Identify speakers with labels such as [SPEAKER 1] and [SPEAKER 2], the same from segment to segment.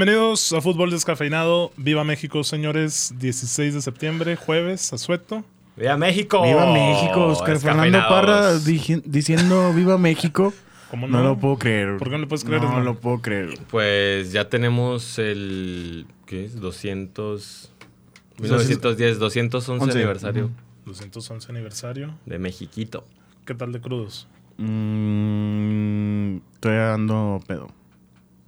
[SPEAKER 1] Bienvenidos a Fútbol Descafeinado. Viva México, señores. 16 de septiembre, jueves, asueto.
[SPEAKER 2] ¡Viva México!
[SPEAKER 3] Viva México,
[SPEAKER 1] Oh,
[SPEAKER 3] Oscar Fernando
[SPEAKER 2] Descafeinados.
[SPEAKER 3] Parra digi- diciendo Viva México.
[SPEAKER 1] ¿Cómo
[SPEAKER 3] No lo puedo creer.
[SPEAKER 1] ¿Por qué no lo puedes creer,
[SPEAKER 3] No
[SPEAKER 1] Hernán?
[SPEAKER 3] lo puedo creer.
[SPEAKER 4] Pues ya tenemos el. ¿Qué es? 200. 1910, 211
[SPEAKER 3] Once.
[SPEAKER 4] aniversario
[SPEAKER 1] 211 aniversario.
[SPEAKER 4] de Mexiquito.
[SPEAKER 1] ¿Qué tal de crudos?
[SPEAKER 3] Mm, estoy dando pedo.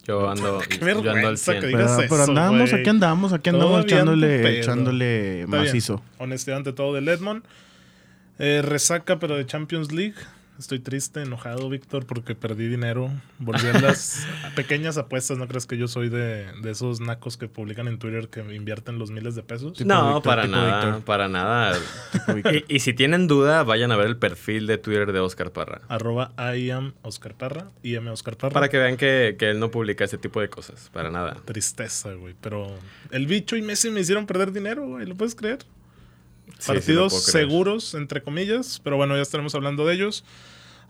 [SPEAKER 4] Yo ando,
[SPEAKER 1] Qué
[SPEAKER 4] yo ando al
[SPEAKER 1] vergüenza que
[SPEAKER 4] 100.
[SPEAKER 1] digas
[SPEAKER 3] Pero, pero
[SPEAKER 1] eso,
[SPEAKER 3] andamos,
[SPEAKER 1] güey.
[SPEAKER 3] aquí andamos, aquí andamos
[SPEAKER 1] Todavía ando pedo.
[SPEAKER 3] echándole, echándole
[SPEAKER 1] Está bien.
[SPEAKER 3] macizo.
[SPEAKER 1] Honestidad ante todo del Edmond. Eh, resaca, pero de Champions League. Estoy triste, enojado, Víctor, porque perdí dinero. Volví a las pequeñas apuestas. ¿No crees que yo soy de, de esos nacos que publican en Twitter que invierten los miles de pesos?
[SPEAKER 3] Sí.
[SPEAKER 4] No,
[SPEAKER 3] Tipo Víctor,
[SPEAKER 4] para
[SPEAKER 3] tipo
[SPEAKER 4] nada,
[SPEAKER 3] Víctor.
[SPEAKER 4] para nada.
[SPEAKER 3] Tipo Víctor.
[SPEAKER 4] Y, y si tienen duda, vayan a ver el perfil de Twitter de Oscar Parra.
[SPEAKER 1] Arroba I am Oscar Parra. IM Oscar Parra.
[SPEAKER 4] Para que vean que, que él no publica ese tipo de cosas, para nada.
[SPEAKER 1] Tristeza, güey. Pero el bicho y Messi me hicieron perder dinero, güey. ¿Lo puedes creer?
[SPEAKER 4] Sí, sí lo
[SPEAKER 1] Partidos
[SPEAKER 4] puedo creer.
[SPEAKER 1] seguros, entre comillas. Pero bueno, ya estaremos hablando de ellos.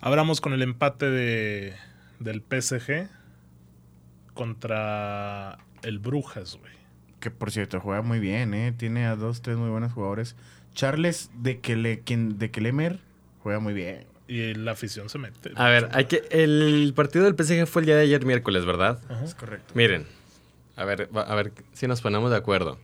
[SPEAKER 1] Abramos con el empate de, del PSG contra el Brujas, güey.
[SPEAKER 3] Que por cierto, juega muy bien, ¿eh? Tiene a dos, tres muy buenos jugadores. Charles de, Kele, quien, de Kelemer juega muy bien.
[SPEAKER 1] Y la afición se mete.
[SPEAKER 4] A ver, hay que, el partido del PSG fue el día de ayer miércoles, ¿verdad?
[SPEAKER 1] Ajá.
[SPEAKER 3] Es correcto.
[SPEAKER 4] Miren, a ver, va- a ver si nos ponemos de acuerdo.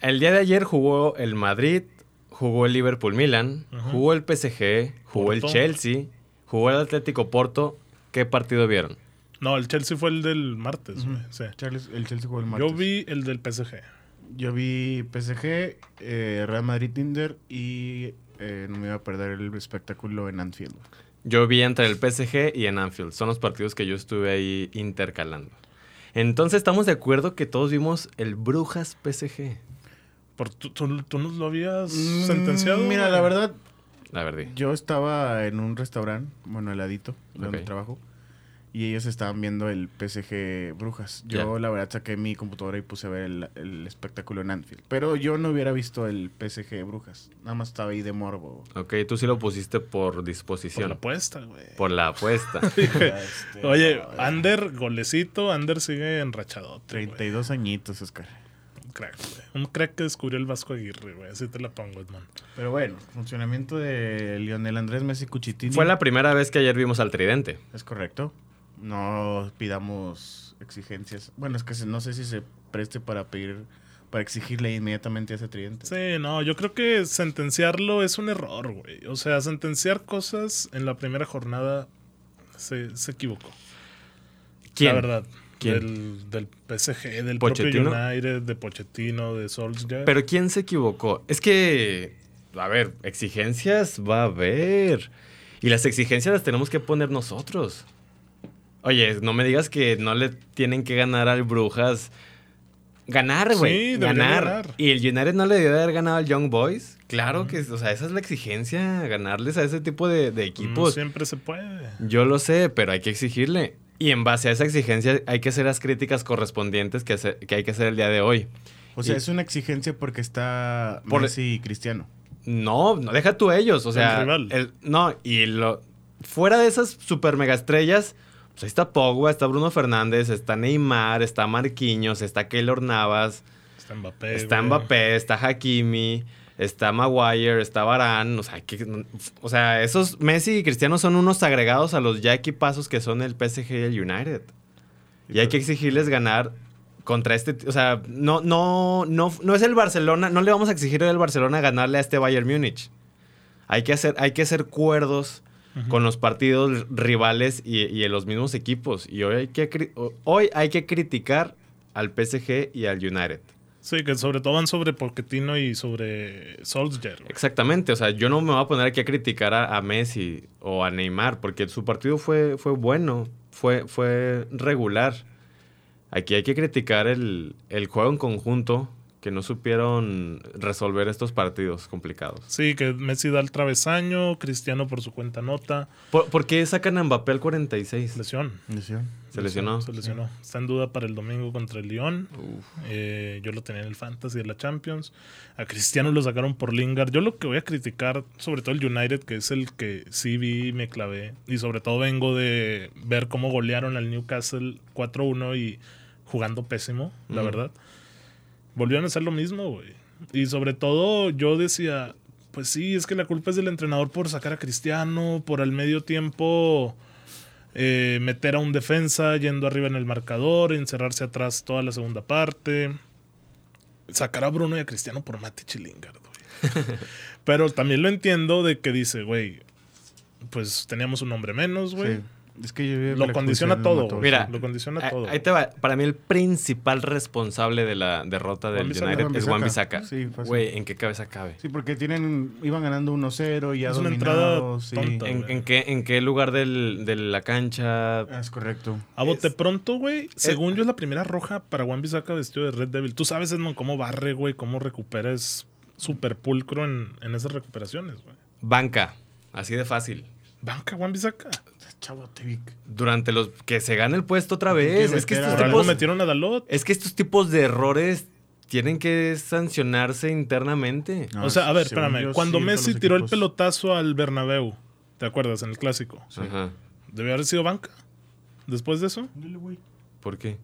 [SPEAKER 4] El día de ayer jugó el Madrid, jugó el Liverpool Milan,
[SPEAKER 1] Ajá.
[SPEAKER 4] jugó el PSG, jugó
[SPEAKER 1] Porto.
[SPEAKER 4] el Chelsea, jugó el Atlético Porto. ¿Qué partido vieron?
[SPEAKER 1] No, el Chelsea fue el del martes,
[SPEAKER 3] Ujú.
[SPEAKER 1] güey. sí.
[SPEAKER 3] Charles, el Chelsea jugó el martes.
[SPEAKER 1] Yo vi el del PSG.
[SPEAKER 3] Yo vi PSG, eh, Real Madrid Tinder y eh, no me iba a perder el espectáculo en Anfield.
[SPEAKER 4] Yo vi entre el PSG y en Anfield. Son los partidos que yo estuve ahí intercalando. Entonces estamos de acuerdo que todos vimos el Brujas PSG.
[SPEAKER 1] Por, ¿tú, tú, tú nos lo habías sentenciado?
[SPEAKER 3] Mm, Mira, la
[SPEAKER 1] güey?
[SPEAKER 3] verdad,
[SPEAKER 4] La verdad.
[SPEAKER 3] yo estaba en un restaurante, bueno, heladito, donde
[SPEAKER 4] Ok.
[SPEAKER 3] trabajo, y ellos estaban viendo el PSG Brujas. Yo,
[SPEAKER 4] Ya.
[SPEAKER 3] la verdad, saqué mi computadora y puse a ver el, el espectáculo en Anfield. Pero yo no hubiera visto el PSG Brujas. Nada más estaba ahí de morbo.
[SPEAKER 4] Ok, tú sí lo pusiste por
[SPEAKER 1] Por la
[SPEAKER 4] disposición,
[SPEAKER 1] apuesta, güey.
[SPEAKER 4] por la apuesta.
[SPEAKER 3] Este,
[SPEAKER 1] Oye,
[SPEAKER 3] no,
[SPEAKER 1] Ander, golecito, Ander sigue enrachado.
[SPEAKER 3] 32 añitos, Oscar.
[SPEAKER 1] Un crack, güey. Un crack que descubrió el Vasco Aguirre, güey. Así te la pongo, Edmond.
[SPEAKER 3] Pero bueno, funcionamiento de Lionel Andrés Messi Cuchitini.
[SPEAKER 4] Fue la primera vez que ayer vimos al tridente.
[SPEAKER 3] Es correcto. No pidamos exigencias. Bueno, es que se- no sé si se preste para pedir, para exigirle inmediatamente a ese tridente.
[SPEAKER 1] Sí, no, yo creo que sentenciarlo es un error, güey. O sea, sentenciar cosas en la primera jornada se, se equivocó.
[SPEAKER 4] ¿Quién?
[SPEAKER 1] La verdad.
[SPEAKER 4] ¿Quién?
[SPEAKER 1] Del, del PSG, del
[SPEAKER 4] ¿Pochettino?
[SPEAKER 1] propio United, de Pochettino, de Solskjaer.
[SPEAKER 4] Pero ¿quién se equivocó? Es que, a ver, exigencias va a haber. Y las exigencias las tenemos que poner nosotros. Oye, no me digas que no le tienen que ganar al Brujas. Ganar,
[SPEAKER 1] Sí,
[SPEAKER 4] güey.
[SPEAKER 1] deberían
[SPEAKER 4] ganar.
[SPEAKER 1] ganar.
[SPEAKER 4] Y el United no le debió de haber ganado al Young Boys. Claro que, o sea, esa es la exigencia, ganarles a ese tipo de, de
[SPEAKER 1] No
[SPEAKER 4] equipos.
[SPEAKER 1] Mm, siempre se puede.
[SPEAKER 4] Yo lo sé, pero hay que exigirle. Y en base a esa exigencia hay que hacer las críticas correspondientes que, hace- que hay que hacer el día de hoy.
[SPEAKER 3] O sea,
[SPEAKER 4] Y-
[SPEAKER 3] es una exigencia porque está
[SPEAKER 4] Por-
[SPEAKER 3] Messi y Cristiano.
[SPEAKER 4] No, no deja tú a ellos, o sea,
[SPEAKER 1] El rival.
[SPEAKER 4] el- no, y lo fuera de esas super mega estrellas, pues ahí está Pogba, está Bruno Fernández, está Neymar, está Marquinhos, está Keylor Navas,
[SPEAKER 1] Está Mbappé.
[SPEAKER 4] está
[SPEAKER 1] güey.
[SPEAKER 4] Mbappé, está Hakimi, está Maguire, está Varane, o sea, que- o sea, esos Messi y Cristiano son unos agregados a los ya equipazos que son el PSG y el United. Y hay
[SPEAKER 1] pues
[SPEAKER 4] que exigirles ganar contra este, o sea, no no no no es el Barcelona, no le vamos a exigir al Barcelona ganarle a este Bayern Múnich. Hay que hacer hay que hacer cuerdos
[SPEAKER 1] Ujú.
[SPEAKER 4] con los partidos rivales y, y en los mismos equipos y hoy hay que cri- hoy hay que criticar al PSG y al United.
[SPEAKER 1] Sí, que sobre todo van sobre Pochettino y sobre Solskjaer. güey.
[SPEAKER 4] Exactamente, o sea, yo no me voy a poner aquí a criticar a, a Messi o a Neymar, porque su partido fue, fue bueno, fue, fue regular. Aquí hay que criticar el, el juego en conjunto, que no supieron resolver estos partidos complicados.
[SPEAKER 1] Sí, que Messi da el travesaño, Cristiano por su cuenta nota,
[SPEAKER 4] ¿Por, por qué sacan a Mbappé al 46?
[SPEAKER 1] lesión.
[SPEAKER 3] Sí, sí.
[SPEAKER 4] Se lesionó.
[SPEAKER 1] Se lesionó. Está en duda para el domingo contra el Lyon. Eh, yo lo tenía en el Fantasy de la Champions. A Cristiano lo sacaron por Lingard. Yo lo que voy a criticar, sobre todo el United, que es el que sí vi y me clavé. Y sobre todo vengo de ver cómo golearon al Newcastle 4-1 y jugando pésimo, la
[SPEAKER 4] Ujú.
[SPEAKER 1] verdad. Volvieron a hacer lo mismo, güey. Y sobre todo yo decía, pues sí, es que la culpa es del entrenador por sacar a Cristiano, por al medio tiempo eh, meter a un defensa yendo arriba en el marcador, encerrarse atrás toda la segunda parte, sacar a Bruno y a Cristiano por Matic y Lingard, güey. Pero también lo entiendo de que dice, güey, pues teníamos un hombre menos, güey.
[SPEAKER 3] Sí. Es que yo vi que
[SPEAKER 1] Lo
[SPEAKER 3] la
[SPEAKER 1] condiciona
[SPEAKER 3] expulsión
[SPEAKER 1] todo,
[SPEAKER 3] mató,
[SPEAKER 1] güey.
[SPEAKER 4] Mira,
[SPEAKER 1] lo condiciona
[SPEAKER 4] Ah,
[SPEAKER 1] todo.
[SPEAKER 4] Ahí te va. Para mí, el principal responsable de la derrota del
[SPEAKER 1] Wan-Bissaka.
[SPEAKER 4] United es Juan Bisaca.
[SPEAKER 3] Sí, fácil.
[SPEAKER 4] Güey, ¿en qué cabeza cabe?
[SPEAKER 3] Sí, porque tienen, iban ganando 1-0 y ya
[SPEAKER 1] Es una
[SPEAKER 3] dominado,
[SPEAKER 1] entrada
[SPEAKER 3] sí.
[SPEAKER 1] tonta.
[SPEAKER 4] ¿En,
[SPEAKER 1] güey.
[SPEAKER 4] en qué, ¿En qué lugar del- de la cancha?
[SPEAKER 3] Ah, Es correcto.
[SPEAKER 1] A bote pronto, güey. Según yo, es la primera roja para Juan Bisaca vestido de Red Devil. Tú sabes, Edmond, cómo barre, güey, cómo recupera. Es súper pulcro en, en esas recuperaciones, güey.
[SPEAKER 4] Banca. Así de fácil.
[SPEAKER 1] Banca, Juan Bisaca.
[SPEAKER 3] Chavo Tevic.
[SPEAKER 4] Durante los que se gana el puesto otra vez.
[SPEAKER 3] Quiero
[SPEAKER 4] Es que,
[SPEAKER 3] meter a-
[SPEAKER 4] estos
[SPEAKER 1] Por algo
[SPEAKER 4] tipos,
[SPEAKER 1] metieron a Dalot.
[SPEAKER 4] es que estos tipos de errores tienen que sancionarse internamente.
[SPEAKER 1] o sea, a ver,
[SPEAKER 3] según
[SPEAKER 1] espérame.
[SPEAKER 3] yo,
[SPEAKER 1] Cuando
[SPEAKER 3] sí, todos
[SPEAKER 1] Messi
[SPEAKER 3] los
[SPEAKER 1] tiró el
[SPEAKER 3] equipos-
[SPEAKER 1] pelotazo al Bernabéu, ¿te acuerdas? En el clásico.
[SPEAKER 3] Sí.
[SPEAKER 4] Ajá.
[SPEAKER 1] Debió haber sido banca. Después de eso.
[SPEAKER 3] Ándale, güey.
[SPEAKER 4] ¿Por qué?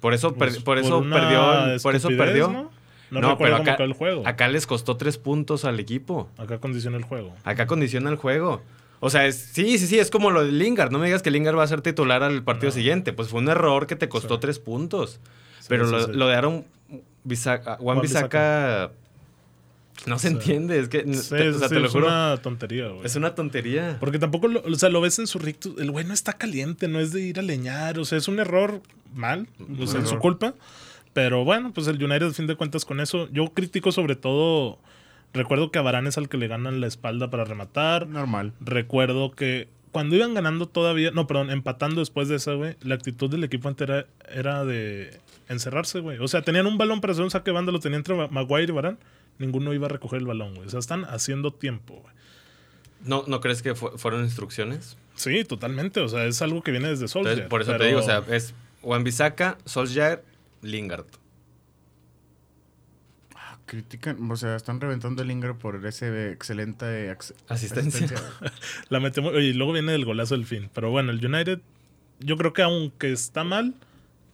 [SPEAKER 4] Por eso, per-
[SPEAKER 1] Pues,
[SPEAKER 4] por eso
[SPEAKER 1] una
[SPEAKER 4] perdió. Por eso
[SPEAKER 1] estupidez,
[SPEAKER 4] perdió.
[SPEAKER 1] No, no,
[SPEAKER 4] No,
[SPEAKER 1] recuerdo
[SPEAKER 4] pero
[SPEAKER 1] cómo
[SPEAKER 4] acá-
[SPEAKER 1] quedó el juego. Acá,
[SPEAKER 4] Acá les costó tres puntos al equipo.
[SPEAKER 1] condiciona el juego.
[SPEAKER 4] Acá condiciona el juego. O sea, es- sí, sí, sí, es como lo de Lingard. No me digas que Lingard va a ser titular al partido siguiente. Pues fue un error que te costó
[SPEAKER 1] Sí.
[SPEAKER 4] tres puntos.
[SPEAKER 1] Sí,
[SPEAKER 4] Pero
[SPEAKER 1] sí,
[SPEAKER 4] lo,
[SPEAKER 1] sí.
[SPEAKER 4] lo de Aaron Bisaca, Juan Bisaca no se
[SPEAKER 1] Sí.
[SPEAKER 4] entiende. Es que,
[SPEAKER 1] Sí,
[SPEAKER 4] te- o sea,
[SPEAKER 1] sí,
[SPEAKER 4] te lo
[SPEAKER 1] es
[SPEAKER 4] juro,
[SPEAKER 1] una tontería, güey.
[SPEAKER 4] es una tontería.
[SPEAKER 1] Porque tampoco, lo, o sea, lo ves en su rictus. El güey no está caliente, no es de ir a leñar. O sea, es un error mal, o sea,
[SPEAKER 3] Un
[SPEAKER 1] en su
[SPEAKER 3] error.
[SPEAKER 1] culpa. Pero bueno, pues el United, a fin de cuentas, con eso. Yo critico sobre todo. Recuerdo que a Varane es al que le ganan la espalda para rematar.
[SPEAKER 3] Normal.
[SPEAKER 1] Recuerdo que cuando iban ganando todavía, no, perdón, empatando después de esa, güey, la actitud del equipo entera era de encerrarse, güey. O sea, tenían un balón para hacer un saque de banda, lo tenían entre Ma- Maguire y Varane. Ninguno iba a recoger el balón, güey. O sea, están haciendo tiempo, güey.
[SPEAKER 4] ¿No, ¿No crees que fu- fueron instrucciones?
[SPEAKER 1] Sí, totalmente. O sea, es algo que viene desde Solskjaer.
[SPEAKER 4] Entonces, por eso
[SPEAKER 1] pero-
[SPEAKER 4] te digo, o sea, es Juan Bisaca, Solskjaer, Lingard.
[SPEAKER 3] Ah, Critican, o sea, están reventando el Ingram por ese excelente ax-
[SPEAKER 4] Asistencia.
[SPEAKER 1] La metió muy- oye, y luego viene el golazo del fin. Pero bueno, el United, yo creo que aunque está mal,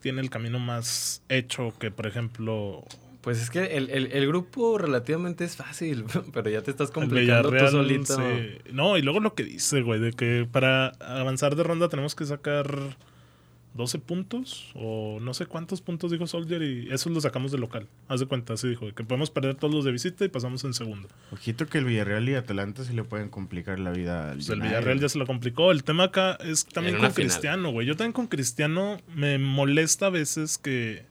[SPEAKER 1] tiene el camino más hecho que, por ejemplo,
[SPEAKER 4] Pues es que el, el- el grupo relativamente es fácil, pero ya te estás
[SPEAKER 1] el
[SPEAKER 4] complicando tú
[SPEAKER 1] Villarreal,
[SPEAKER 4] solito.
[SPEAKER 1] sí. No, y luego lo que dice, güey, de que para avanzar de ronda tenemos que sacar 12 puntos o no sé cuántos puntos dijo Soldier y esos los sacamos de local. Haz de cuenta, así dijo, que podemos perder todos los de visita y pasamos en segundo.
[SPEAKER 3] Ojito que el Villarreal y Atalanta sí le pueden complicar la vida al
[SPEAKER 1] Pues el
[SPEAKER 3] United.
[SPEAKER 1] Villarreal ya se lo complicó. El tema acá es también
[SPEAKER 4] En una
[SPEAKER 1] con
[SPEAKER 4] final.
[SPEAKER 1] Cristiano, güey. Yo también con Cristiano me molesta a veces que.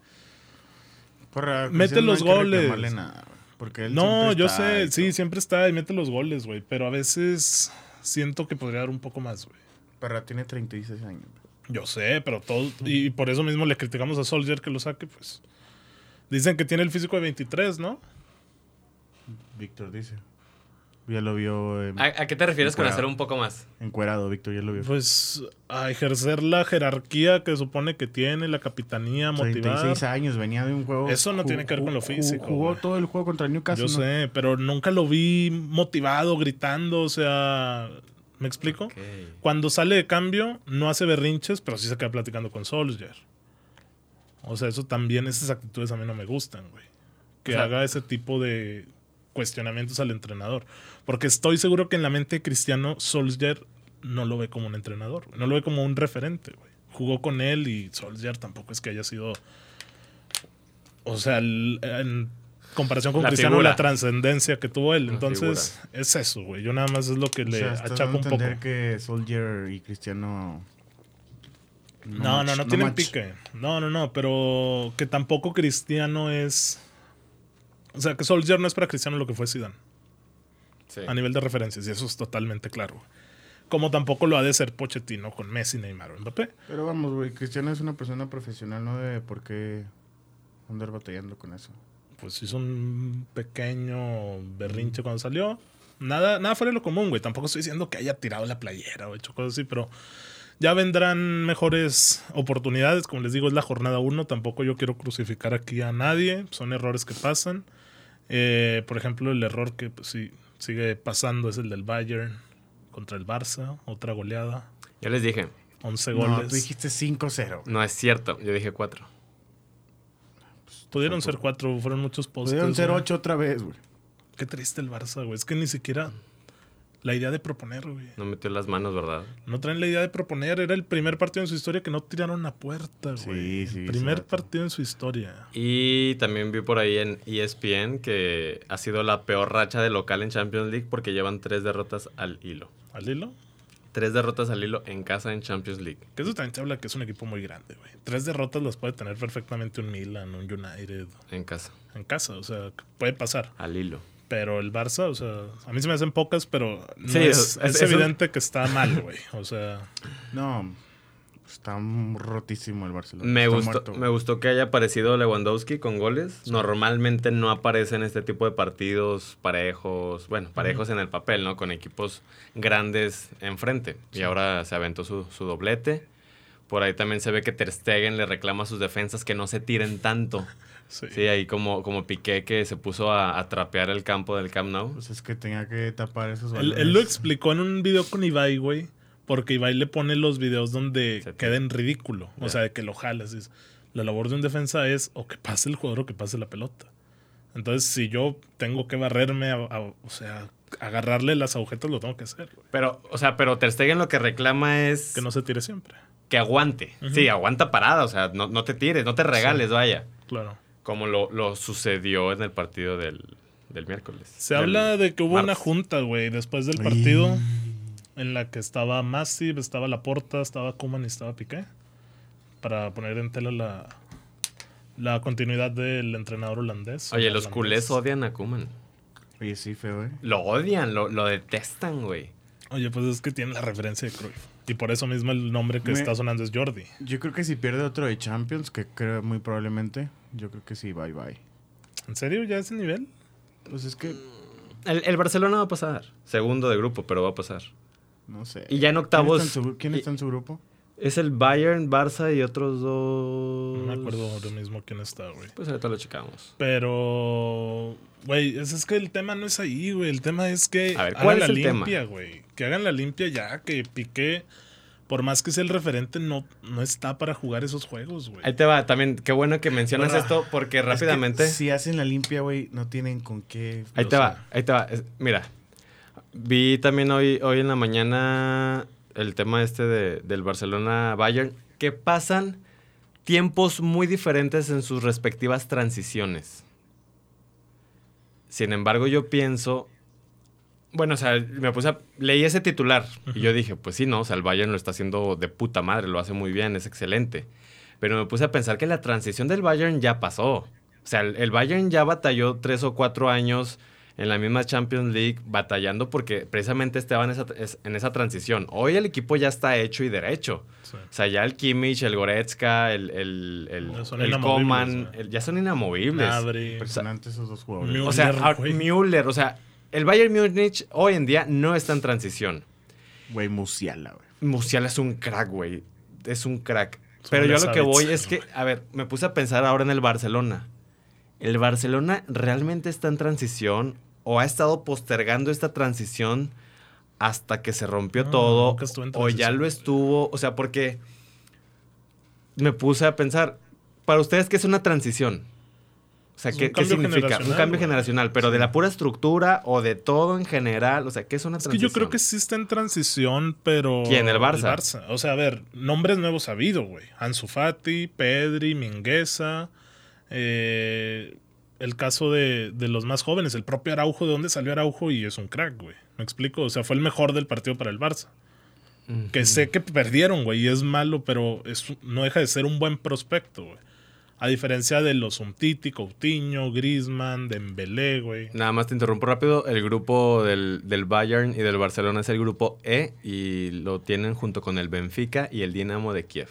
[SPEAKER 3] Porra,
[SPEAKER 1] Mete
[SPEAKER 3] Cristiano, no
[SPEAKER 1] los
[SPEAKER 3] hay que
[SPEAKER 1] goles.
[SPEAKER 3] reclamarle nada, porque él
[SPEAKER 1] No,
[SPEAKER 3] siempre
[SPEAKER 1] yo
[SPEAKER 3] está
[SPEAKER 1] sé,
[SPEAKER 3] y
[SPEAKER 1] sí,
[SPEAKER 3] todo.
[SPEAKER 1] siempre está y mete los goles, güey. Pero a veces siento que podría dar un poco más, güey.
[SPEAKER 3] Parra tiene 36 años.
[SPEAKER 1] Yo sé, pero todo. Y por eso mismo le criticamos a Soldier que lo saque, pues. Dicen que tiene el físico de 23, ¿no?
[SPEAKER 3] Víctor dice. Ya lo vio em,
[SPEAKER 4] ¿A, a qué te refieres con
[SPEAKER 3] Encuadrado.
[SPEAKER 4] hacer un poco más?
[SPEAKER 3] encuerado, Víctor ya lo vio.
[SPEAKER 1] Pues a ejercer la jerarquía que supone que tiene, la capitanía, motivar.
[SPEAKER 3] 36 años, venía de un juego.
[SPEAKER 1] Eso no
[SPEAKER 3] ju-
[SPEAKER 1] tiene que ver con lo
[SPEAKER 3] ju-
[SPEAKER 1] físico,
[SPEAKER 3] Jugó
[SPEAKER 1] güey.
[SPEAKER 3] todo el juego contra el Newcastle.
[SPEAKER 1] Yo
[SPEAKER 3] ¿no?
[SPEAKER 1] sé, pero nunca lo vi motivado, gritando, o sea, ¿me explico?
[SPEAKER 4] Ok.
[SPEAKER 1] Cuando sale de cambio, no hace berrinches, pero sí se queda platicando con Solskjaer. O sea, eso también, esas actitudes a mí no me gustan, güey. Que
[SPEAKER 4] O sea-
[SPEAKER 1] haga ese tipo de cuestionamientos al entrenador. Porque estoy seguro que en la mente de Cristiano, Solskjaer no lo ve como un entrenador, güey. no lo ve como un referente, güey. Jugó con él y Solskjaer tampoco es que haya sido. O sea, el- en comparación con
[SPEAKER 4] La
[SPEAKER 1] Cristiano,
[SPEAKER 4] figura.
[SPEAKER 1] la trascendencia que tuvo él.
[SPEAKER 4] La
[SPEAKER 1] Entonces, es eso, güey. Yo nada más es lo que
[SPEAKER 3] O
[SPEAKER 1] le
[SPEAKER 3] sea, estás
[SPEAKER 1] achaco
[SPEAKER 3] dando
[SPEAKER 1] un
[SPEAKER 3] a
[SPEAKER 1] poco.
[SPEAKER 3] entender que Soldier y Cristiano.
[SPEAKER 1] No, no,
[SPEAKER 3] match-
[SPEAKER 1] no, tienen
[SPEAKER 3] match.
[SPEAKER 1] pique. No, no, no, pero que tampoco Cristiano es. O sea, que Solskjaer no es para Cristiano lo que fue Zidane
[SPEAKER 4] Sí.
[SPEAKER 1] a nivel de referencias, y eso es totalmente claro. güey. Como tampoco lo ha de ser Pochettino con Messi, Neymar o Mbappé.
[SPEAKER 3] Pero vamos, güey, Cristiano es una persona profesional, no debe por qué andar batallando con eso.
[SPEAKER 1] Pues hizo un pequeño berrinche cuando salió. Nada, nada fuera de lo común, güey. Tampoco estoy diciendo que haya tirado la playera o hecho cosas así, pero Ya vendrán mejores oportunidades, como les digo, es la jornada 1, tampoco yo quiero crucificar aquí a nadie, son errores que pasan. Eh, por ejemplo, el error que pues, sí, sigue pasando es el del Bayern contra el Barça, otra goleada,
[SPEAKER 4] Yo les dije,
[SPEAKER 1] 11
[SPEAKER 3] No,
[SPEAKER 1] goles.
[SPEAKER 3] tú dijiste 5-0.
[SPEAKER 4] no es cierto. Yo dije cuatro.
[SPEAKER 1] Pudieron ser 4, fueron muchos postes.
[SPEAKER 3] Pudieron ser
[SPEAKER 1] güey.
[SPEAKER 3] 8 otra vez, güey.
[SPEAKER 1] Qué triste el Barça, güey. Es que ni siquiera la idea de proponer, güey.
[SPEAKER 4] No metió las manos, ¿verdad?
[SPEAKER 1] No traen la idea de proponer. Era el primer partido en su historia que no tiraron a puerta,
[SPEAKER 3] Sí,
[SPEAKER 1] güey.
[SPEAKER 3] sí,
[SPEAKER 1] El primer
[SPEAKER 3] exacto.
[SPEAKER 1] partido en su historia.
[SPEAKER 4] Y también vi por ahí en E ESPN que ha sido la peor racha de local en Champions League porque llevan tres derrotas al hilo.
[SPEAKER 1] ¿Al hilo?
[SPEAKER 4] Tres derrotas al hilo en casa en Champions League.
[SPEAKER 1] Que eso también te habla que es un equipo muy grande, güey. Tres derrotas las puede tener perfectamente un Milan, un United
[SPEAKER 4] En casa.
[SPEAKER 1] en casa. O sea, puede pasar.
[SPEAKER 4] Al hilo.
[SPEAKER 1] Pero el Barça, o sea, a mí se me hacen pocas, pero no
[SPEAKER 4] Sí,
[SPEAKER 1] es,
[SPEAKER 4] es-
[SPEAKER 1] es
[SPEAKER 4] es un-
[SPEAKER 1] evidente que está mal, güey. O sea,
[SPEAKER 3] No, está rotísimo el Barcelona.
[SPEAKER 4] Me
[SPEAKER 3] Está
[SPEAKER 4] gustó,
[SPEAKER 3] muerto, güey.
[SPEAKER 4] me gustó que haya aparecido Lewandowski con goles. Normalmente no aparece en este tipo de partidos parejos, bueno, parejos en el papel, ¿no? Con equipos grandes enfrente. Y ahora se aventó su, su doblete. Por ahí también se ve que Ter Stegen le reclama a sus defensas que no se tiren tanto.
[SPEAKER 1] sí.
[SPEAKER 4] Sí, ahí como, como Piqué que se puso a, a trapear el campo del Camp Nou.
[SPEAKER 3] Pues es que tenía que tapar esos
[SPEAKER 1] Él,
[SPEAKER 3] balones.
[SPEAKER 1] él lo explicó en un video con Ibai, güey. Porque Ibai le pone los videos donde
[SPEAKER 4] Se te-
[SPEAKER 1] queda en ridículo. O
[SPEAKER 4] Ya.
[SPEAKER 1] sea, de que lo jalas. dices, La labor de un defensa es o que pase el jugador o que pase la pelota. Entonces, si yo tengo que barrerme, a- a- o sea, agarrarle las agujetas, lo tengo que hacer. güey.
[SPEAKER 4] Pero, o sea, pero Ter Stegen lo que reclama es
[SPEAKER 1] Que
[SPEAKER 4] que,
[SPEAKER 1] no se tire siempre.
[SPEAKER 4] aguante.
[SPEAKER 1] Ujú.
[SPEAKER 4] Sí, aguanta parada, o sea, no, no te tires, no te regales, vaya.
[SPEAKER 1] Claro.
[SPEAKER 4] Como lo, lo sucedió en el partido del, del miércoles.
[SPEAKER 1] Se
[SPEAKER 4] Del
[SPEAKER 1] habla de que hubo una
[SPEAKER 4] martes.
[SPEAKER 1] junta, güey, después del
[SPEAKER 3] Ay.
[SPEAKER 1] partido en la que estaba Massive, estaba Laporta, estaba Kuman y estaba Piqué para poner en tela la, la continuidad del entrenador holandés.
[SPEAKER 4] Oye, los
[SPEAKER 1] Holandés.
[SPEAKER 4] culés odian a Kuman.
[SPEAKER 3] Oye, sí, feo, ¿eh?
[SPEAKER 4] Lo odian, lo, lo detestan, güey.
[SPEAKER 1] Oye, pues es que tienen la referencia de Cruyff. Y por eso mismo el nombre que
[SPEAKER 3] Me-
[SPEAKER 1] está sonando es Jordi.
[SPEAKER 3] Yo creo que si pierde otro de Champions, que creo muy probablemente, yo creo que sí, bye bye.
[SPEAKER 1] ¿En serio? ¿Ya a ese nivel?
[SPEAKER 3] Pues es que,
[SPEAKER 4] El, el Barcelona va a pasar. Segundo de grupo, pero va a pasar.
[SPEAKER 3] no sé.
[SPEAKER 4] Y ya en
[SPEAKER 3] ¿Quién
[SPEAKER 4] octavos.
[SPEAKER 3] está en su, quién
[SPEAKER 4] y-
[SPEAKER 3] está en su grupo?
[SPEAKER 4] Es el Bayern, Barça y otros dos.
[SPEAKER 1] No me
[SPEAKER 3] Pues
[SPEAKER 1] acuerdo ahora mismo quién está, güey.
[SPEAKER 4] Pues ahorita lo checamos.
[SPEAKER 1] Pero, güey, es, es que el tema no es ahí, güey. El tema es que
[SPEAKER 4] A ver,
[SPEAKER 1] hagan
[SPEAKER 4] ¿cuál
[SPEAKER 1] la
[SPEAKER 4] es el tema?
[SPEAKER 1] limpia, güey. Que hagan la limpia ya, que Piqué, por más que sea el referente, no, no está para jugar esos juegos, güey.
[SPEAKER 4] Ahí te va, también. Qué bueno que mencionas
[SPEAKER 1] Bueno,
[SPEAKER 4] esto porque
[SPEAKER 3] Es que
[SPEAKER 4] rápidamente.
[SPEAKER 3] si hacen la limpia, güey, no tienen con qué.
[SPEAKER 4] Ahí
[SPEAKER 1] Yo
[SPEAKER 4] te
[SPEAKER 1] sé.
[SPEAKER 4] va, ahí te va. Es- Mira, vi también hoy, hoy en la mañana el tema este de- del Barcelona-Bayern, que pasan tiempos muy diferentes en sus respectivas transiciones. Sin embargo, yo pienso, bueno, o sea, me puse a, leí ese titular y yo dije, pues sí, no, o sea, el Bayern lo está haciendo de puta madre, lo hace muy bien, es excelente. Pero me puse a pensar que la transición del Bayern ya pasó. O sea, el, el Bayern ya batalló tres o cuatro años en la misma Champions League batallando porque precisamente estaban en esa, es- en esa transición. Hoy el equipo ya está hecho y derecho.
[SPEAKER 1] Sí.
[SPEAKER 4] O sea, ya el Kimmich, el Goretzka, el, el, el,
[SPEAKER 1] Ya son
[SPEAKER 4] el
[SPEAKER 1] inamovibles,
[SPEAKER 4] Coman,
[SPEAKER 1] güey.
[SPEAKER 4] el- ya son inamovibles.
[SPEAKER 1] Gnabry,
[SPEAKER 3] Impresionante esos dos jugadores.
[SPEAKER 1] Müller,
[SPEAKER 4] O sea, ahora-
[SPEAKER 1] güey.
[SPEAKER 4] Müller, o sea, el Bayern Múnich hoy en día no está en transición.
[SPEAKER 3] Güey, Musiala, güey.
[SPEAKER 4] Musiala es un crack, güey. Es un crack.
[SPEAKER 1] Son
[SPEAKER 4] Pero yo
[SPEAKER 1] las
[SPEAKER 4] a lo que voy
[SPEAKER 1] abejas.
[SPEAKER 4] es que, a ver, me puse a pensar ahora en el Barcelona. ¿El Barcelona realmente está en transición o ha estado postergando esta transición hasta que se rompió
[SPEAKER 1] No,
[SPEAKER 4] todo?
[SPEAKER 1] nunca estuvo en
[SPEAKER 4] O ya
[SPEAKER 1] transición,
[SPEAKER 4] lo
[SPEAKER 1] güey.
[SPEAKER 4] estuvo. O sea, porque me puse a pensar, para ustedes, ¿qué es una transición? O sea,
[SPEAKER 1] Es
[SPEAKER 4] ¿qué,
[SPEAKER 1] un
[SPEAKER 4] qué
[SPEAKER 1] cambio
[SPEAKER 4] significa? Un
[SPEAKER 1] generacional,
[SPEAKER 4] cambio
[SPEAKER 1] güey.
[SPEAKER 4] generacional, pero de la pura estructura o de todo en general. O sea, ¿qué es una
[SPEAKER 1] Es que
[SPEAKER 4] transición?
[SPEAKER 1] yo creo que sí está en transición, pero...
[SPEAKER 4] ¿Quién, el Barça?
[SPEAKER 1] O sea, a ver, nombres nuevos ha habido, güey. Ansu Fati, Pedri, Mingueza. eh, el caso de, de los más jóvenes, el propio Araujo, ¿de dónde salió Araujo? Y es un crack, güey. ¿Me explico? O sea, fue el mejor del partido para el Barça.
[SPEAKER 4] Ujú.
[SPEAKER 1] Que sé que perdieron, güey, y es malo, pero es, un- no deja de ser un buen prospecto, güey. A diferencia de los Umtiti, Coutinho, Griezmann, Dembélé, güey.
[SPEAKER 4] Nada más te interrumpo rápido. El grupo del, del Bayern y del Barcelona es el grupo E y lo tienen junto con el Benfica y el Dinamo de Kiev.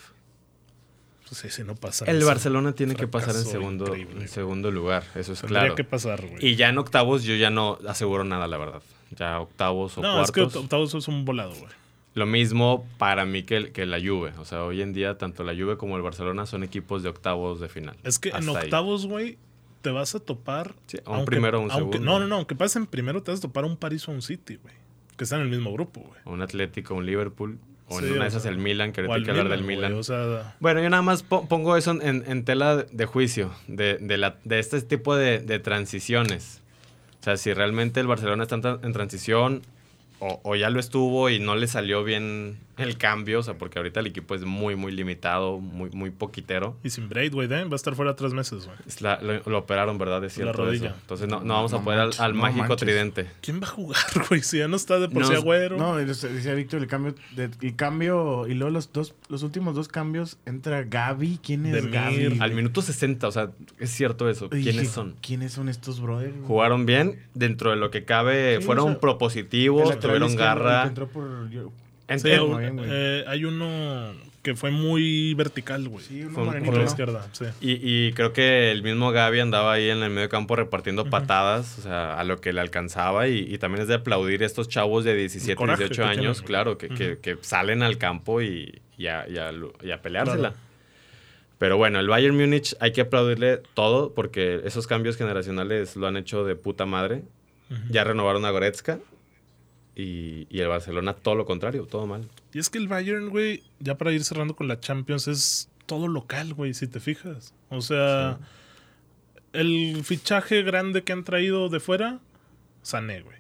[SPEAKER 1] Pues sí, sí, no pasa
[SPEAKER 4] El
[SPEAKER 1] eso.
[SPEAKER 4] Barcelona tiene que pasar en
[SPEAKER 1] fracaso
[SPEAKER 4] segundo,
[SPEAKER 1] increíble,
[SPEAKER 4] en
[SPEAKER 1] güey.
[SPEAKER 4] segundo lugar, eso es
[SPEAKER 1] Tendría
[SPEAKER 4] claro.
[SPEAKER 1] que pasar, güey.
[SPEAKER 4] Y ya en octavos yo ya no aseguro nada, la verdad. Ya octavos o
[SPEAKER 1] No,
[SPEAKER 4] cuartos.
[SPEAKER 1] es que oct- octavos es un volado, güey.
[SPEAKER 4] Lo mismo para mí que, el- que la Juve. O sea, hoy en día tanto la Juve como el Barcelona son equipos de octavos de final.
[SPEAKER 1] Es que en
[SPEAKER 4] Hasta ahí.
[SPEAKER 1] octavos, güey, te vas a topar.
[SPEAKER 4] Sí, a un primero o un
[SPEAKER 1] aunque-
[SPEAKER 4] segundo.
[SPEAKER 1] No, no, no. Aunque pasen primero, te vas a topar a un Paris o un City, güey. Que están en el mismo grupo, güey.
[SPEAKER 4] Un Atlético, un Liverpool. O en
[SPEAKER 1] Sí,
[SPEAKER 4] una
[SPEAKER 1] o
[SPEAKER 4] de esas
[SPEAKER 1] sea,
[SPEAKER 4] el Milan, que
[SPEAKER 1] O
[SPEAKER 4] ahorita
[SPEAKER 1] al
[SPEAKER 4] hay que hablar del
[SPEAKER 1] güey,
[SPEAKER 4] Milan.
[SPEAKER 1] O sea,
[SPEAKER 4] Bueno, yo nada más po- pongo eso en, en tela de juicio, de, de la- de este tipo de, de transiciones. O sea, si realmente el Barcelona está en tra- en transición o, o ya lo estuvo y no le salió bien el cambio, o sea, porque ahorita el equipo es muy, muy limitado, muy, muy poquitero.
[SPEAKER 1] y sin Braithwaite, ¿eh? Va a estar fuera tres meses, güey.
[SPEAKER 4] Es la- lo, lo operaron, ¿verdad? Es
[SPEAKER 1] La
[SPEAKER 4] cierto eso.
[SPEAKER 1] rodilla.
[SPEAKER 4] Entonces no, no vamos a
[SPEAKER 3] No
[SPEAKER 4] poder al,
[SPEAKER 3] manches,
[SPEAKER 4] al
[SPEAKER 3] no
[SPEAKER 4] mágico
[SPEAKER 3] manches.
[SPEAKER 4] tridente.
[SPEAKER 1] ¿Quién va a jugar, güey? Si ya no está de por
[SPEAKER 4] No,
[SPEAKER 1] sí agüero.
[SPEAKER 3] No, y los- decía Víctor, el cambio, de- el cambio y luego los dos, los últimos dos cambios entra Gaby. ¿Quién es
[SPEAKER 1] Demir.
[SPEAKER 3] Gaby? güey?
[SPEAKER 4] Al minuto 60, o sea, es cierto eso.
[SPEAKER 3] Y
[SPEAKER 4] ¿Quiénes
[SPEAKER 3] dije,
[SPEAKER 4] son?
[SPEAKER 3] ¿Quiénes son estos brothers? güey?
[SPEAKER 4] Jugaron bien, dentro de lo que cabe,
[SPEAKER 3] Sí,
[SPEAKER 4] fueron
[SPEAKER 3] o sea, El
[SPEAKER 4] propositivos,
[SPEAKER 3] lateral
[SPEAKER 4] tuvieron
[SPEAKER 3] izquierdo, el que
[SPEAKER 4] garra.
[SPEAKER 3] entró por- yo-
[SPEAKER 1] Sí,
[SPEAKER 4] Ente-
[SPEAKER 1] un-
[SPEAKER 3] bien, güey.
[SPEAKER 1] eh, hay uno que fue muy vertical, güey.
[SPEAKER 3] sí, uno
[SPEAKER 4] Fue un-
[SPEAKER 3] morenito,
[SPEAKER 1] por la
[SPEAKER 3] ¿no?
[SPEAKER 1] izquierda, sí.
[SPEAKER 4] Y, y creo que el mismo Gaby andaba ahí en el medio campo repartiendo patadas, o sea, a lo que le alcanzaba. Y, y también es de aplaudir a estos chavos de 17,
[SPEAKER 1] coraje
[SPEAKER 4] 18
[SPEAKER 1] que
[SPEAKER 4] años,
[SPEAKER 1] tienen.
[SPEAKER 4] claro, que, que-
[SPEAKER 1] Ujú.
[SPEAKER 4] que salen al campo y, y a, y a lu- y a peleársela.
[SPEAKER 1] Claro.
[SPEAKER 4] Pero bueno, el Bayern Múnich hay que aplaudirle todo porque esos cambios generacionales lo han hecho de puta madre.
[SPEAKER 1] Ujú.
[SPEAKER 4] Ya renovaron a Goretzka y, y el Barcelona todo lo contrario, todo mal.
[SPEAKER 1] Y es que el Bayern, güey, ya para ir cerrando con la Champions, es todo local, güey, si te fijas. O sea, el fichaje grande que han traído de fuera, Sané, güey.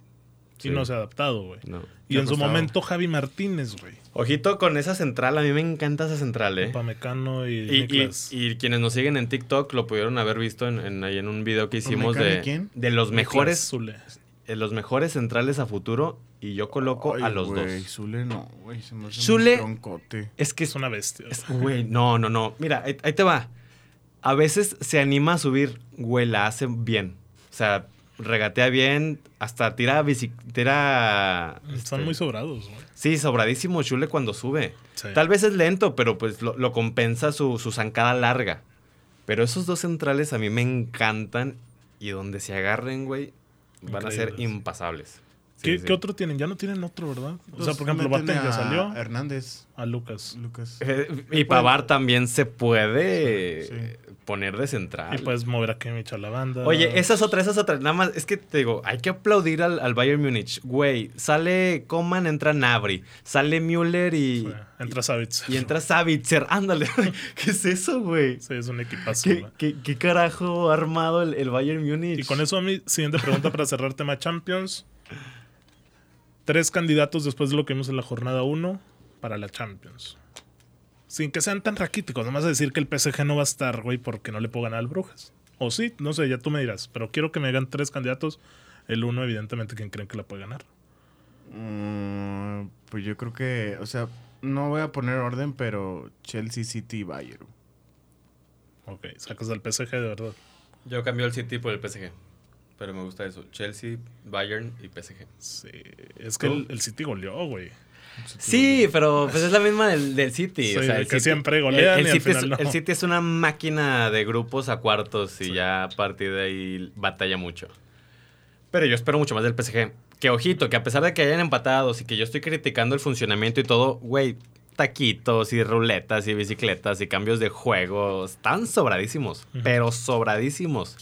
[SPEAKER 4] Sí.
[SPEAKER 1] Y no se ha adaptado, güey.
[SPEAKER 4] No.
[SPEAKER 1] Y
[SPEAKER 3] Se ha
[SPEAKER 1] en su
[SPEAKER 3] costado.
[SPEAKER 1] momento Javi Martínez, güey.
[SPEAKER 4] Ojito con esa central, a mí me encanta esa central, ¿eh?
[SPEAKER 1] Pamecano y,
[SPEAKER 4] Y, y-
[SPEAKER 1] Niklas.
[SPEAKER 4] y quienes nos siguen en TikTok lo pudieron haber visto en, en- ahí en un video que hicimos
[SPEAKER 3] ¿Pamecano y
[SPEAKER 4] de,
[SPEAKER 3] quién?
[SPEAKER 4] de los
[SPEAKER 1] Niklas
[SPEAKER 4] mejores
[SPEAKER 1] Zule.
[SPEAKER 4] de los mejores centrales a futuro y yo coloco
[SPEAKER 3] Ay,
[SPEAKER 4] a los
[SPEAKER 3] güey,
[SPEAKER 4] dos.
[SPEAKER 3] Zule no, güey. Se me hace
[SPEAKER 4] Zule-
[SPEAKER 3] un troncote.
[SPEAKER 4] Es que
[SPEAKER 1] Es una bestia.
[SPEAKER 4] es- güey, no, no, no. Mira, ahí, ahí te va. A veces se anima a subir, güey, la hace bien. O sea, regatea bien, hasta tira bici, tira
[SPEAKER 1] güey.
[SPEAKER 4] este,
[SPEAKER 1] Están muy sobrados, güey.
[SPEAKER 4] Sí, sobradísimo Chule cuando sube.
[SPEAKER 1] Sí.
[SPEAKER 4] Tal vez es lento, pero pues lo, lo compensa su, su zancada larga. Pero esos dos centrales a mí me encantan y donde se agarren, güey, van a ser
[SPEAKER 1] Increíbles.
[SPEAKER 4] impasables. Sí,
[SPEAKER 1] ¿Qué,
[SPEAKER 4] sí.
[SPEAKER 1] qué otro tienen? Ya no tienen otro, ¿verdad? O sea,
[SPEAKER 3] Los
[SPEAKER 1] por ejemplo,
[SPEAKER 3] meten
[SPEAKER 1] Batten ya
[SPEAKER 3] Pues a
[SPEAKER 1] salió.
[SPEAKER 3] Hernández,
[SPEAKER 1] A Lucas.
[SPEAKER 3] Lucas.
[SPEAKER 4] Eh, Y Pavar también se puede
[SPEAKER 3] Sí, sí.
[SPEAKER 4] eh, poner de central.
[SPEAKER 1] Y puedes mover a Kimmich a la banda.
[SPEAKER 4] Oye, esa es otra, esa es otra. Nada más, es que te digo, hay que aplaudir al, al Bayern Múnich. Güey, sale Coman, entra Nabri. Sale Müller y,
[SPEAKER 1] Güey, Entra Savitz.
[SPEAKER 4] y entra Savitzer. Ándale, ¿qué es eso, güey?
[SPEAKER 1] Sí, es un equipazo,
[SPEAKER 4] ¿Qué,
[SPEAKER 1] güey.
[SPEAKER 4] qué- qué carajo ha armado el, el Bayern Múnich?
[SPEAKER 1] Y con eso a mi siguiente pregunta para cerrar tema Champions. Tres candidatos después de lo que vimos en la jornada 1 para la Champions. Sin que sean tan raquíticos, nomás a decir que el PSG no va a estar, güey, porque no le puedo ganar al Brujas. O sí, no sé, ya tú me dirás. Pero quiero que me hagan tres candidatos. El uno, evidentemente, quien creen que la puede ganar.
[SPEAKER 3] Mm, pues yo creo que, o sea, no voy a poner orden, pero Chelsea City y Bayern.
[SPEAKER 1] Ok, sacas al PSG de verdad.
[SPEAKER 4] Yo cambio el City por el PSG. Pero me gusta eso. Chelsea, Bayern y PSG.
[SPEAKER 1] Sí, es que
[SPEAKER 4] Oh.
[SPEAKER 1] el, el City goleó, güey.
[SPEAKER 4] Sí, pero pues es la misma del, del City.
[SPEAKER 1] Sí,
[SPEAKER 4] o sea, el
[SPEAKER 1] que
[SPEAKER 4] City-
[SPEAKER 1] siempre golean
[SPEAKER 4] el, el
[SPEAKER 1] y al
[SPEAKER 4] City
[SPEAKER 1] final
[SPEAKER 4] es,
[SPEAKER 1] no.
[SPEAKER 4] el City es una máquina de grupos a cuartos y
[SPEAKER 1] Sí.
[SPEAKER 4] ya a partir de ahí batalla mucho. Pero yo espero mucho más del PSG. Que ojito, que a pesar de que hayan empatados y que yo estoy criticando el funcionamiento y todo, güey, taquitos y ruletas y bicicletas y cambios de juego, están sobradísimos,
[SPEAKER 1] Ujú.
[SPEAKER 4] pero sobradísimos.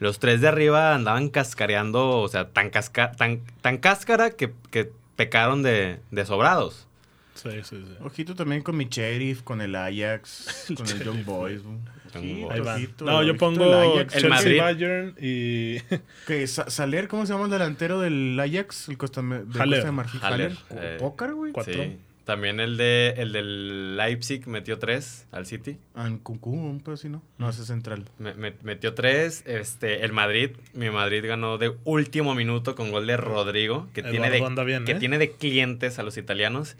[SPEAKER 4] Los tres de arriba andaban cascareando, o sea, tan, casca tan, tan cáscara que, que pecaron de, de sobrados.
[SPEAKER 1] Sí, sí, sí.
[SPEAKER 4] Oh,
[SPEAKER 3] Ojito también con mi Sheriff, con el Ajax,
[SPEAKER 1] El
[SPEAKER 3] con el
[SPEAKER 1] Sheriff,
[SPEAKER 3] Young Boys. güey. Ojito,
[SPEAKER 1] Ahí van.
[SPEAKER 3] ojito,
[SPEAKER 1] No, yo
[SPEAKER 3] ojito
[SPEAKER 1] pongo
[SPEAKER 3] al
[SPEAKER 1] el,
[SPEAKER 3] Ajax.
[SPEAKER 4] El
[SPEAKER 1] Chelsea,
[SPEAKER 4] Madrid.
[SPEAKER 1] Bayern y
[SPEAKER 3] Que Sa- Saler, ¿cómo se llama el delantero del Ajax? El Costa, de Costa
[SPEAKER 1] Haller.
[SPEAKER 3] de Marfil.
[SPEAKER 4] Haller,
[SPEAKER 3] Haller.
[SPEAKER 4] eh.
[SPEAKER 3] Pócar, güey.
[SPEAKER 1] Cuatro.
[SPEAKER 4] Sí. También el de el del Leipzig metió tres al City.
[SPEAKER 3] Ancuncú, un pedo así, ¿no?
[SPEAKER 1] Mm.
[SPEAKER 3] No, ese es central.
[SPEAKER 4] Me- me- metió tres. Este, el Madrid, mi Madrid ganó de último minuto con gol de Rodrigo, que, tiene
[SPEAKER 1] Eduardo
[SPEAKER 4] de,
[SPEAKER 1] anda bien,
[SPEAKER 4] que
[SPEAKER 1] ¿eh?
[SPEAKER 4] tiene de clientes a los italianos.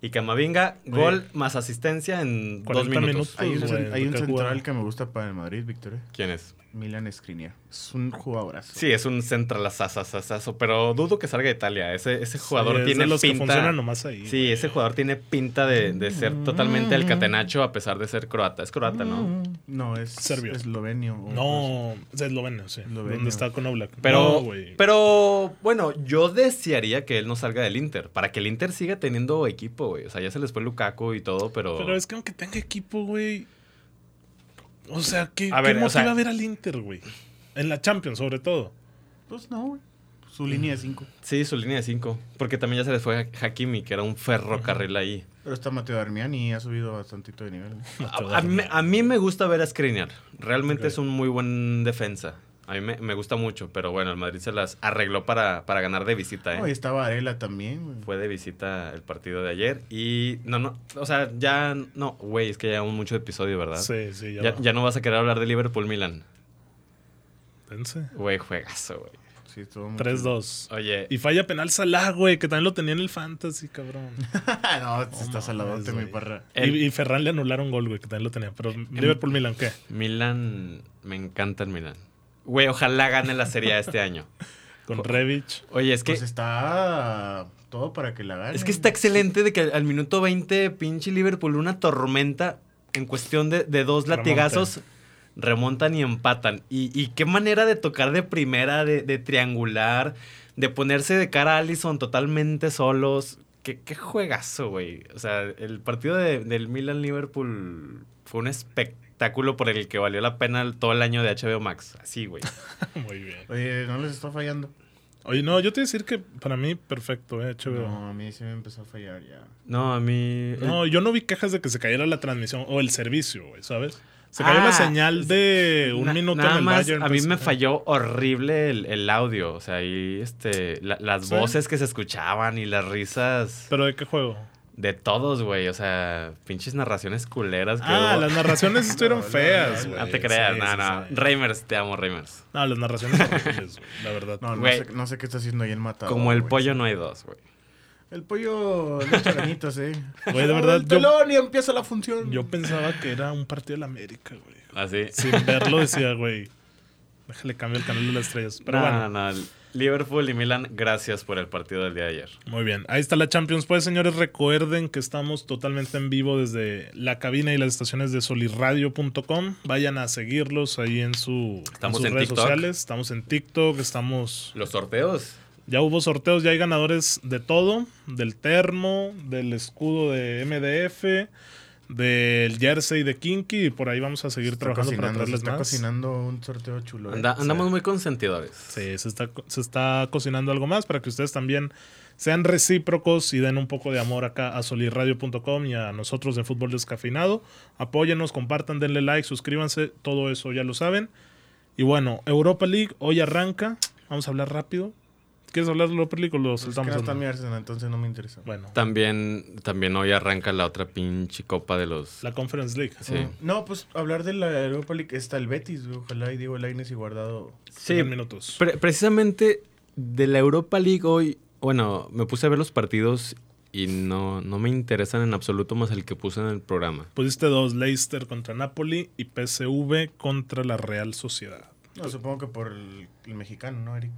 [SPEAKER 4] Y Camavinga,
[SPEAKER 1] Oye.
[SPEAKER 4] gol más asistencia en dos
[SPEAKER 1] 40
[SPEAKER 4] minutos.
[SPEAKER 1] minutos.
[SPEAKER 3] Hay un,
[SPEAKER 1] Pues,
[SPEAKER 3] cen-
[SPEAKER 1] güey,
[SPEAKER 3] hay un
[SPEAKER 1] ¿de qué
[SPEAKER 3] central
[SPEAKER 1] juega?
[SPEAKER 3] que me gusta para el Madrid, Víctor. eh.
[SPEAKER 4] ¿Quién es?
[SPEAKER 3] Milan Skriniar. Es un jugadorazo.
[SPEAKER 4] Sí, es un centralazazazazazo, pero dudo que salga de Italia. Ese, ese jugador
[SPEAKER 1] Sí, es de
[SPEAKER 4] tiene
[SPEAKER 1] los que
[SPEAKER 4] pinta...
[SPEAKER 1] funcionan nomás ahí.
[SPEAKER 4] sí, ese jugador tiene pinta de, de ser totalmente el catenacho a pesar de ser croata. Es croata, ¿no?
[SPEAKER 3] No, es
[SPEAKER 1] Serbio.
[SPEAKER 3] eslovenio. o-
[SPEAKER 1] No, es esloveno, sí.
[SPEAKER 3] Eslovenia.
[SPEAKER 1] ¿Dónde está con Oblak?
[SPEAKER 4] Pero,
[SPEAKER 1] No, güey.
[SPEAKER 4] pero bueno, yo desearía que él no salga del Inter, para que el Inter siga teniendo equipo. equipo, güey. O sea, ya se les fue Lukaku y todo, pero.
[SPEAKER 1] Pero es que aunque tenga equipo, güey. O sea, ¿qué,
[SPEAKER 4] A
[SPEAKER 1] qué
[SPEAKER 4] ver, o
[SPEAKER 1] motiva
[SPEAKER 4] sea-
[SPEAKER 1] a ver al Inter, güey? En la Champions, sobre todo.
[SPEAKER 3] Pues no, güey.
[SPEAKER 1] Mm.
[SPEAKER 3] Su línea de 5.
[SPEAKER 4] Sí, su línea de 5. Porque también ya se les fue Ha- Hakimi, que era un ferrocarril ahí.
[SPEAKER 3] Pero está Mateo Darmiani y ha subido bastantito de nivel.
[SPEAKER 4] A, a mí, a mí me gusta ver a Skriniar. Realmente
[SPEAKER 1] Ok.
[SPEAKER 4] es un muy buen defensa. A mí me, me gusta mucho, pero bueno, el Madrid se las arregló para, para ganar de visita. ¿eh?
[SPEAKER 3] No, y está Varela también, güey.
[SPEAKER 4] Fue de visita el partido de ayer y no, no, o sea, ya, no, güey, es que ya llevamos mucho episodio, ¿verdad?
[SPEAKER 1] Sí, sí, ya.
[SPEAKER 4] Ya,
[SPEAKER 1] va.
[SPEAKER 4] ya no vas a querer hablar de Liverpool-Milan.
[SPEAKER 1] Dense.
[SPEAKER 4] Güey, juegazo, güey.
[SPEAKER 3] Sí, estuvo muy-
[SPEAKER 1] 3-2.
[SPEAKER 4] Oye,
[SPEAKER 1] Y falla penal Salah, güey, que también lo tenía en el Fantasy, cabrón.
[SPEAKER 3] no,
[SPEAKER 1] No
[SPEAKER 3] está
[SPEAKER 1] mames,
[SPEAKER 3] saladote, mi
[SPEAKER 1] güey.
[SPEAKER 3] parra.
[SPEAKER 4] El-
[SPEAKER 1] Y, y Ferran le anularon gol, güey, que también lo tenía. Pero Liverpool Milan, ¿qué?
[SPEAKER 4] Milan, me encanta el Milan. Güey, ojalá gane la Serie A este año.
[SPEAKER 1] Con Revich.
[SPEAKER 4] Oye, es que
[SPEAKER 3] Pues está todo para que la gane.
[SPEAKER 4] Es que está excelente de que al minuto 20, pinche Liverpool, una tormenta en cuestión de, de dos
[SPEAKER 1] Remontan.
[SPEAKER 4] latigazos, remontan y empatan. Y, y qué manera de tocar de primera, de, de triangular, de ponerse de cara a Allison totalmente solos. Qué, qué juegazo, güey. O sea, el partido de- del Milan-Liverpool fue un espectáculo por el que valió la pena el- todo el año de HBO Max. Así, güey.
[SPEAKER 1] Muy bien.
[SPEAKER 3] Oye, no les está fallando.
[SPEAKER 1] Oye, no, yo te voy a decir que para mí, perfecto, eh, HBO.
[SPEAKER 3] No, a mí sí me empezó a fallar ya.
[SPEAKER 4] No, a mí...
[SPEAKER 1] No, yo no vi quejas de que se cayera la transmisión o el servicio, güey, ¿sabes? Se cayó la
[SPEAKER 4] Ah,
[SPEAKER 1] señal de un
[SPEAKER 4] Na-
[SPEAKER 1] minuto
[SPEAKER 4] nada
[SPEAKER 1] en el
[SPEAKER 4] más,
[SPEAKER 1] Bayern,
[SPEAKER 4] A mí
[SPEAKER 1] pues,
[SPEAKER 4] me
[SPEAKER 1] eh.
[SPEAKER 4] falló horrible el, el audio. O sea, ahí este, la- las
[SPEAKER 1] Sí.
[SPEAKER 4] voces que se escuchaban y las risas
[SPEAKER 1] ¿Pero de qué juego?
[SPEAKER 4] de todos, güey. O sea, pinches narraciones culeras que
[SPEAKER 1] Ah,
[SPEAKER 4] hubo.
[SPEAKER 1] las narraciones estuvieron
[SPEAKER 3] No, no,
[SPEAKER 1] feas,
[SPEAKER 3] no,
[SPEAKER 1] güey.
[SPEAKER 4] No te creas,
[SPEAKER 1] Sí,
[SPEAKER 4] no,
[SPEAKER 1] sí,
[SPEAKER 4] no.
[SPEAKER 1] sí.
[SPEAKER 4] Reimers, te amo, Reimers.
[SPEAKER 1] No, las narraciones horribles, güey, la verdad.
[SPEAKER 3] No, no
[SPEAKER 4] Güey.
[SPEAKER 3] sé, no sé qué está haciendo ahí el matador.
[SPEAKER 4] Como el
[SPEAKER 3] güey.
[SPEAKER 4] pollo no hay dos, güey.
[SPEAKER 3] El pollo le echa ganitas, eh.
[SPEAKER 1] Güey, de verdad,
[SPEAKER 3] El
[SPEAKER 1] yo-
[SPEAKER 3] pelón y empieza la función.
[SPEAKER 1] Yo pensaba que era un partido de la América, güey.
[SPEAKER 4] Así.
[SPEAKER 1] Sin verlo decía, güey, déjale cambio el canal de las estrellas. Pero
[SPEAKER 4] no,
[SPEAKER 1] bueno.
[SPEAKER 4] no, no. Liverpool y Milan, gracias por el partido del día de ayer.
[SPEAKER 1] Muy bien, ahí está la Champions. Pues señores, recuerden que estamos totalmente en vivo desde la cabina y las estaciones de solirradio.com. Vayan a seguirlos ahí en, su,
[SPEAKER 4] Estamos
[SPEAKER 1] sus
[SPEAKER 4] en
[SPEAKER 1] redes
[SPEAKER 4] TikTok.
[SPEAKER 1] sociales. Estamos en TikTok, estamos...
[SPEAKER 4] Los sorteos.
[SPEAKER 1] Ya hubo sorteos, ya hay ganadores de todo, del termo, del escudo de MDF, del jersey de Kinky y por ahí vamos a seguir
[SPEAKER 3] Está
[SPEAKER 1] trabajando para
[SPEAKER 3] cocinando, se
[SPEAKER 1] traerles
[SPEAKER 3] está
[SPEAKER 1] más.
[SPEAKER 3] cocinando un sorteo chulo. eh.
[SPEAKER 4] Anda- andamos
[SPEAKER 1] sí.
[SPEAKER 4] muy consentidores.
[SPEAKER 1] Sí, se está, co- se está cocinando algo más para que ustedes también sean recíprocos y den un poco de amor acá a solirradio.com y a nosotros de Fútbol Descafeinado. Apóyennos, compartan, denle like, suscríbanse, todo eso ya lo saben. Y bueno, Europa League hoy arranca. Vamos a hablar rápido. ¿Quieres hablar de Europa League o lo
[SPEAKER 3] Pues es que
[SPEAKER 1] saltamos?
[SPEAKER 3] no está
[SPEAKER 1] Hernán?
[SPEAKER 3] mi Arsenal, entonces no me interesa.
[SPEAKER 1] Bueno,
[SPEAKER 4] También, también hoy arranca la otra pinche copa de los.
[SPEAKER 1] la Conference League.
[SPEAKER 4] Sí.
[SPEAKER 3] Mm. No, pues hablar de la Europa League está el Betis, güey. Ojalá y Diego Lainez y Guardado.
[SPEAKER 4] Sí,
[SPEAKER 1] Primer minutos.
[SPEAKER 4] Pre- precisamente de la Europa League hoy, bueno, me puse a ver los partidos y no, no me interesan en absoluto más el que puse en el programa.
[SPEAKER 1] Pusiste dos, Leicester contra Napoli y PSV contra la Real Sociedad.
[SPEAKER 3] No, supongo que por el, el mexicano, ¿no, Eric?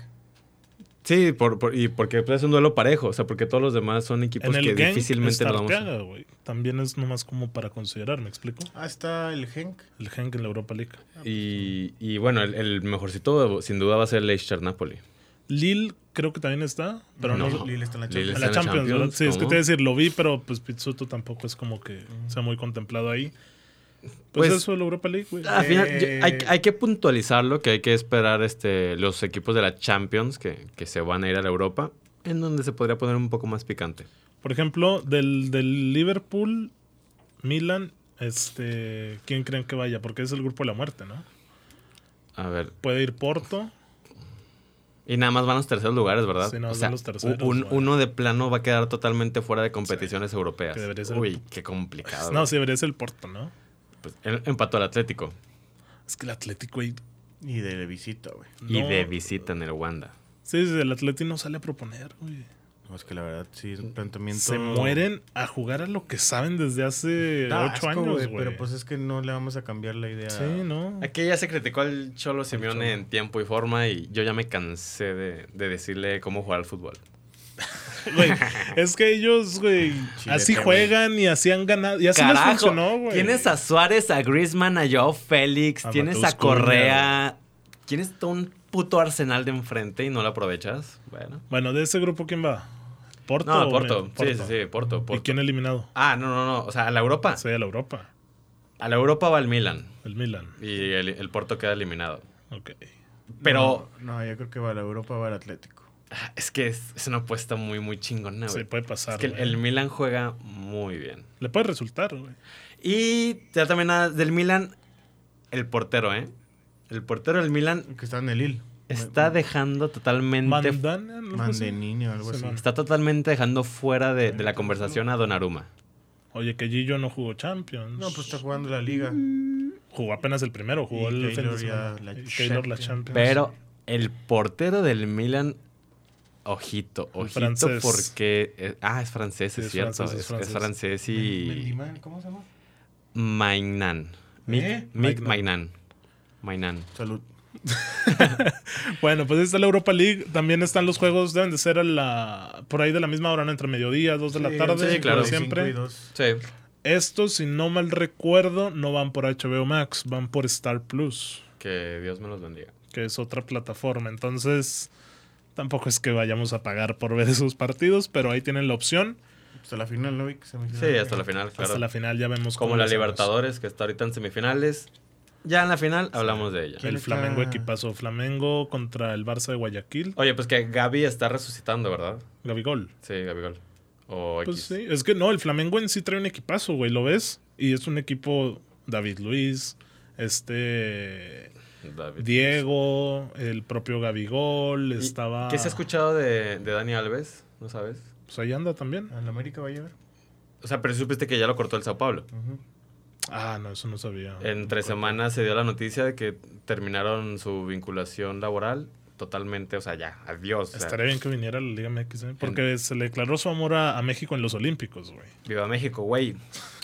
[SPEAKER 4] Sí, por, por- y porque pues, es un duelo parejo, o sea, porque todos los demás son equipos
[SPEAKER 1] en el
[SPEAKER 4] pues que
[SPEAKER 1] Genk
[SPEAKER 4] difícilmente
[SPEAKER 1] está
[SPEAKER 4] lo vamos a...
[SPEAKER 1] Arteaga, güey. También es nomás como para considerar, ¿me explico?
[SPEAKER 3] Ah, está el Genk.
[SPEAKER 1] El Genk en la Europa League.
[SPEAKER 4] Y, y bueno, el, el mejorcito sin duda va a ser Leicester Napoli.
[SPEAKER 1] Lille creo que también está, pero no.
[SPEAKER 4] No.
[SPEAKER 3] Lille está en la
[SPEAKER 4] Lille
[SPEAKER 1] En
[SPEAKER 3] Champions.
[SPEAKER 4] está
[SPEAKER 1] la Champions, ¿verdad? Sí, es que te
[SPEAKER 4] ¿cómo?
[SPEAKER 1] voy a decir, lo vi, pero pues Pizzuto tampoco es como que sea muy contemplado ahí. Pues,
[SPEAKER 4] Pues- ah,
[SPEAKER 1] eso de la Europa League, güey.
[SPEAKER 4] Al final, yo-
[SPEAKER 3] Eh.
[SPEAKER 4] hay, hay que puntualizarlo, que hay que esperar este, los equipos de la Champions que, que se van a ir a la Europa, en donde se podría poner un poco más picante.
[SPEAKER 1] Por ejemplo, del, del Liverpool, Milan, este, ¿quién creen que vaya? Porque es el grupo de la muerte, ¿no?
[SPEAKER 4] A ver,
[SPEAKER 1] Puede ir Porto,
[SPEAKER 4] Y nada más van los terceros lugares, ¿verdad?
[SPEAKER 1] Sí, nada más van los terceros,
[SPEAKER 4] un-
[SPEAKER 1] güey.
[SPEAKER 4] uno de plano va a quedar totalmente fuera de competiciones europeas.
[SPEAKER 1] que debería ser-
[SPEAKER 4] Uy, qué complicado.
[SPEAKER 1] No, sí, debería ser el Porto, ¿no?
[SPEAKER 4] Pues, él empató al Atlético
[SPEAKER 1] Es que el Atlético, güey.
[SPEAKER 3] Y de visita, güey.
[SPEAKER 4] y
[SPEAKER 1] no.
[SPEAKER 4] de visita en el Wanda.
[SPEAKER 1] Sí, sí, el Atlético no sale a proponer, güey.
[SPEAKER 3] No, es que la verdad, sí, es un planteamiento.
[SPEAKER 1] Se mueren a jugar a lo que saben desde hace
[SPEAKER 3] Da
[SPEAKER 1] ocho
[SPEAKER 3] asco,
[SPEAKER 1] años, güey.
[SPEAKER 3] Pero pues es que no le vamos a cambiar la idea.
[SPEAKER 1] Sí, ¿no?
[SPEAKER 4] Mm. Aquí ya se criticó al Cholo Simeone
[SPEAKER 1] Cholo.
[SPEAKER 4] en tiempo y forma y yo ya me cansé de, de decirle cómo jugar al fútbol.
[SPEAKER 1] Güey, es que ellos, güey,
[SPEAKER 3] Chilete,
[SPEAKER 1] así juegan y así han ganado. Y así les
[SPEAKER 4] Carajo,
[SPEAKER 1] funcionó, güey.
[SPEAKER 4] tienes a Suárez, a Griezmann, a Joao Félix,
[SPEAKER 1] A
[SPEAKER 4] tienes
[SPEAKER 1] Mateus
[SPEAKER 4] a Correa, tienes todo un puto arsenal de enfrente y no lo aprovechas. Bueno.
[SPEAKER 1] Bueno, de ese grupo, ¿quién va? ¿Porto?
[SPEAKER 4] No,
[SPEAKER 1] o
[SPEAKER 4] Porto.
[SPEAKER 1] me-
[SPEAKER 4] Sí, sí, sí, Porto.
[SPEAKER 1] ¿Y
[SPEAKER 4] Porto.
[SPEAKER 1] quién eliminado?
[SPEAKER 4] Ah, no, no, no. O sea, a la Europa.
[SPEAKER 1] Sí, a la Europa.
[SPEAKER 4] A la Europa va el Milan.
[SPEAKER 1] El Milan.
[SPEAKER 4] Y el, el Porto queda eliminado.
[SPEAKER 1] Ok.
[SPEAKER 4] Pero
[SPEAKER 3] No, yo creo que va a la Europa, va al Atlético.
[SPEAKER 4] ah, es que es, es una apuesta muy, muy chingona, Ah, güey.
[SPEAKER 1] Sí, puede pasar.
[SPEAKER 4] es que el,
[SPEAKER 1] güey.
[SPEAKER 4] el Milan juega muy bien.
[SPEAKER 1] Le puede resultar, güey.
[SPEAKER 4] Y ya también nada del Milan, el portero, ¿eh? El portero del Milan
[SPEAKER 3] El que está en el Lille.
[SPEAKER 4] está dejando totalmente...
[SPEAKER 1] Mandan. algo así.
[SPEAKER 3] Mandenini o algo así.
[SPEAKER 1] Simón.
[SPEAKER 4] Está totalmente dejando fuera de, de la conversación a Donnarumma.
[SPEAKER 1] Oye, que Gillo no jugó Champions.
[SPEAKER 3] No, pues está jugando la liga.
[SPEAKER 1] Jugó apenas el primero, jugó
[SPEAKER 3] Y
[SPEAKER 1] el fin de
[SPEAKER 3] Taylor ya
[SPEAKER 1] semana.
[SPEAKER 3] la
[SPEAKER 1] Y Taylor la
[SPEAKER 3] Champions.
[SPEAKER 1] Champions.
[SPEAKER 4] Pero el portero del Milan, ojito,
[SPEAKER 1] El
[SPEAKER 4] ojito,
[SPEAKER 1] francés.
[SPEAKER 4] porque... eh, ah, es francés,
[SPEAKER 1] Sí,
[SPEAKER 4] es,
[SPEAKER 1] es
[SPEAKER 4] cierto.
[SPEAKER 1] francés, es
[SPEAKER 4] es, es
[SPEAKER 1] francés.
[SPEAKER 4] francés y...
[SPEAKER 2] Mendimán, ¿cómo se llama?
[SPEAKER 4] Mainan. Mick,
[SPEAKER 2] ¿Eh?
[SPEAKER 4] Mick
[SPEAKER 1] Magnan.
[SPEAKER 4] Mainan. Mainan.
[SPEAKER 3] Salud.
[SPEAKER 1] Bueno, pues ahí está la Europa League. También están los juegos, deben de ser a la, por ahí de la misma hora, ¿no? entre mediodía, dos de la tarde,
[SPEAKER 4] sí, claro.
[SPEAKER 1] como siempre.
[SPEAKER 4] Sí.
[SPEAKER 1] Estos, si no mal recuerdo, no van por HBO Max, van por Star Plus,
[SPEAKER 4] Que Dios me los bendiga.
[SPEAKER 1] que es otra plataforma. Entonces, tampoco es que vayamos a pagar por ver esos partidos, pero ahí tienen la opción.
[SPEAKER 3] Hasta la final, ¿no? Vic? Semifinal.
[SPEAKER 4] Sí, hasta la final, claro.
[SPEAKER 1] Hasta la final ya vemos
[SPEAKER 4] Como
[SPEAKER 1] cómo
[SPEAKER 4] la
[SPEAKER 1] les hacemos.
[SPEAKER 4] Libertadores, que está ahorita en semifinales. Ya en la final hablamos de ella.
[SPEAKER 3] ¿Quién
[SPEAKER 1] El
[SPEAKER 3] está-
[SPEAKER 1] Flamengo equipazo. Flamengo contra el Barça de Guayaquil.
[SPEAKER 4] Oye, pues que Gaby está resucitando, ¿verdad?
[SPEAKER 1] Gabigol.
[SPEAKER 4] Sí, Gaby Gol. O X.
[SPEAKER 1] Pues sí, es que no, el Flamengo en sí trae un equipazo, güey, ¿lo ves? Y es un equipo David Luis, este
[SPEAKER 4] David.
[SPEAKER 1] Diego, el propio Gabigol,
[SPEAKER 4] ¿Y
[SPEAKER 1] estaba
[SPEAKER 4] ¿Qué se ha escuchado de, de Dani Alves? ¿No sabes?
[SPEAKER 1] Pues ahí anda también.
[SPEAKER 3] ¿Al América va a llegar?
[SPEAKER 4] O sea, pero supiste que ya lo cortó el Sao Paulo.
[SPEAKER 3] Ujú.
[SPEAKER 1] Ah, no, eso no sabía.
[SPEAKER 4] En tres semanas se dio la noticia de que terminaron su vinculación laboral totalmente, o sea, ya, adiós. o sea,
[SPEAKER 1] Estaría bien que viniera a la Liga MX, ¿eh? porque se le declaró su amor a, a México en los Olímpicos, güey.
[SPEAKER 4] Viva México, güey.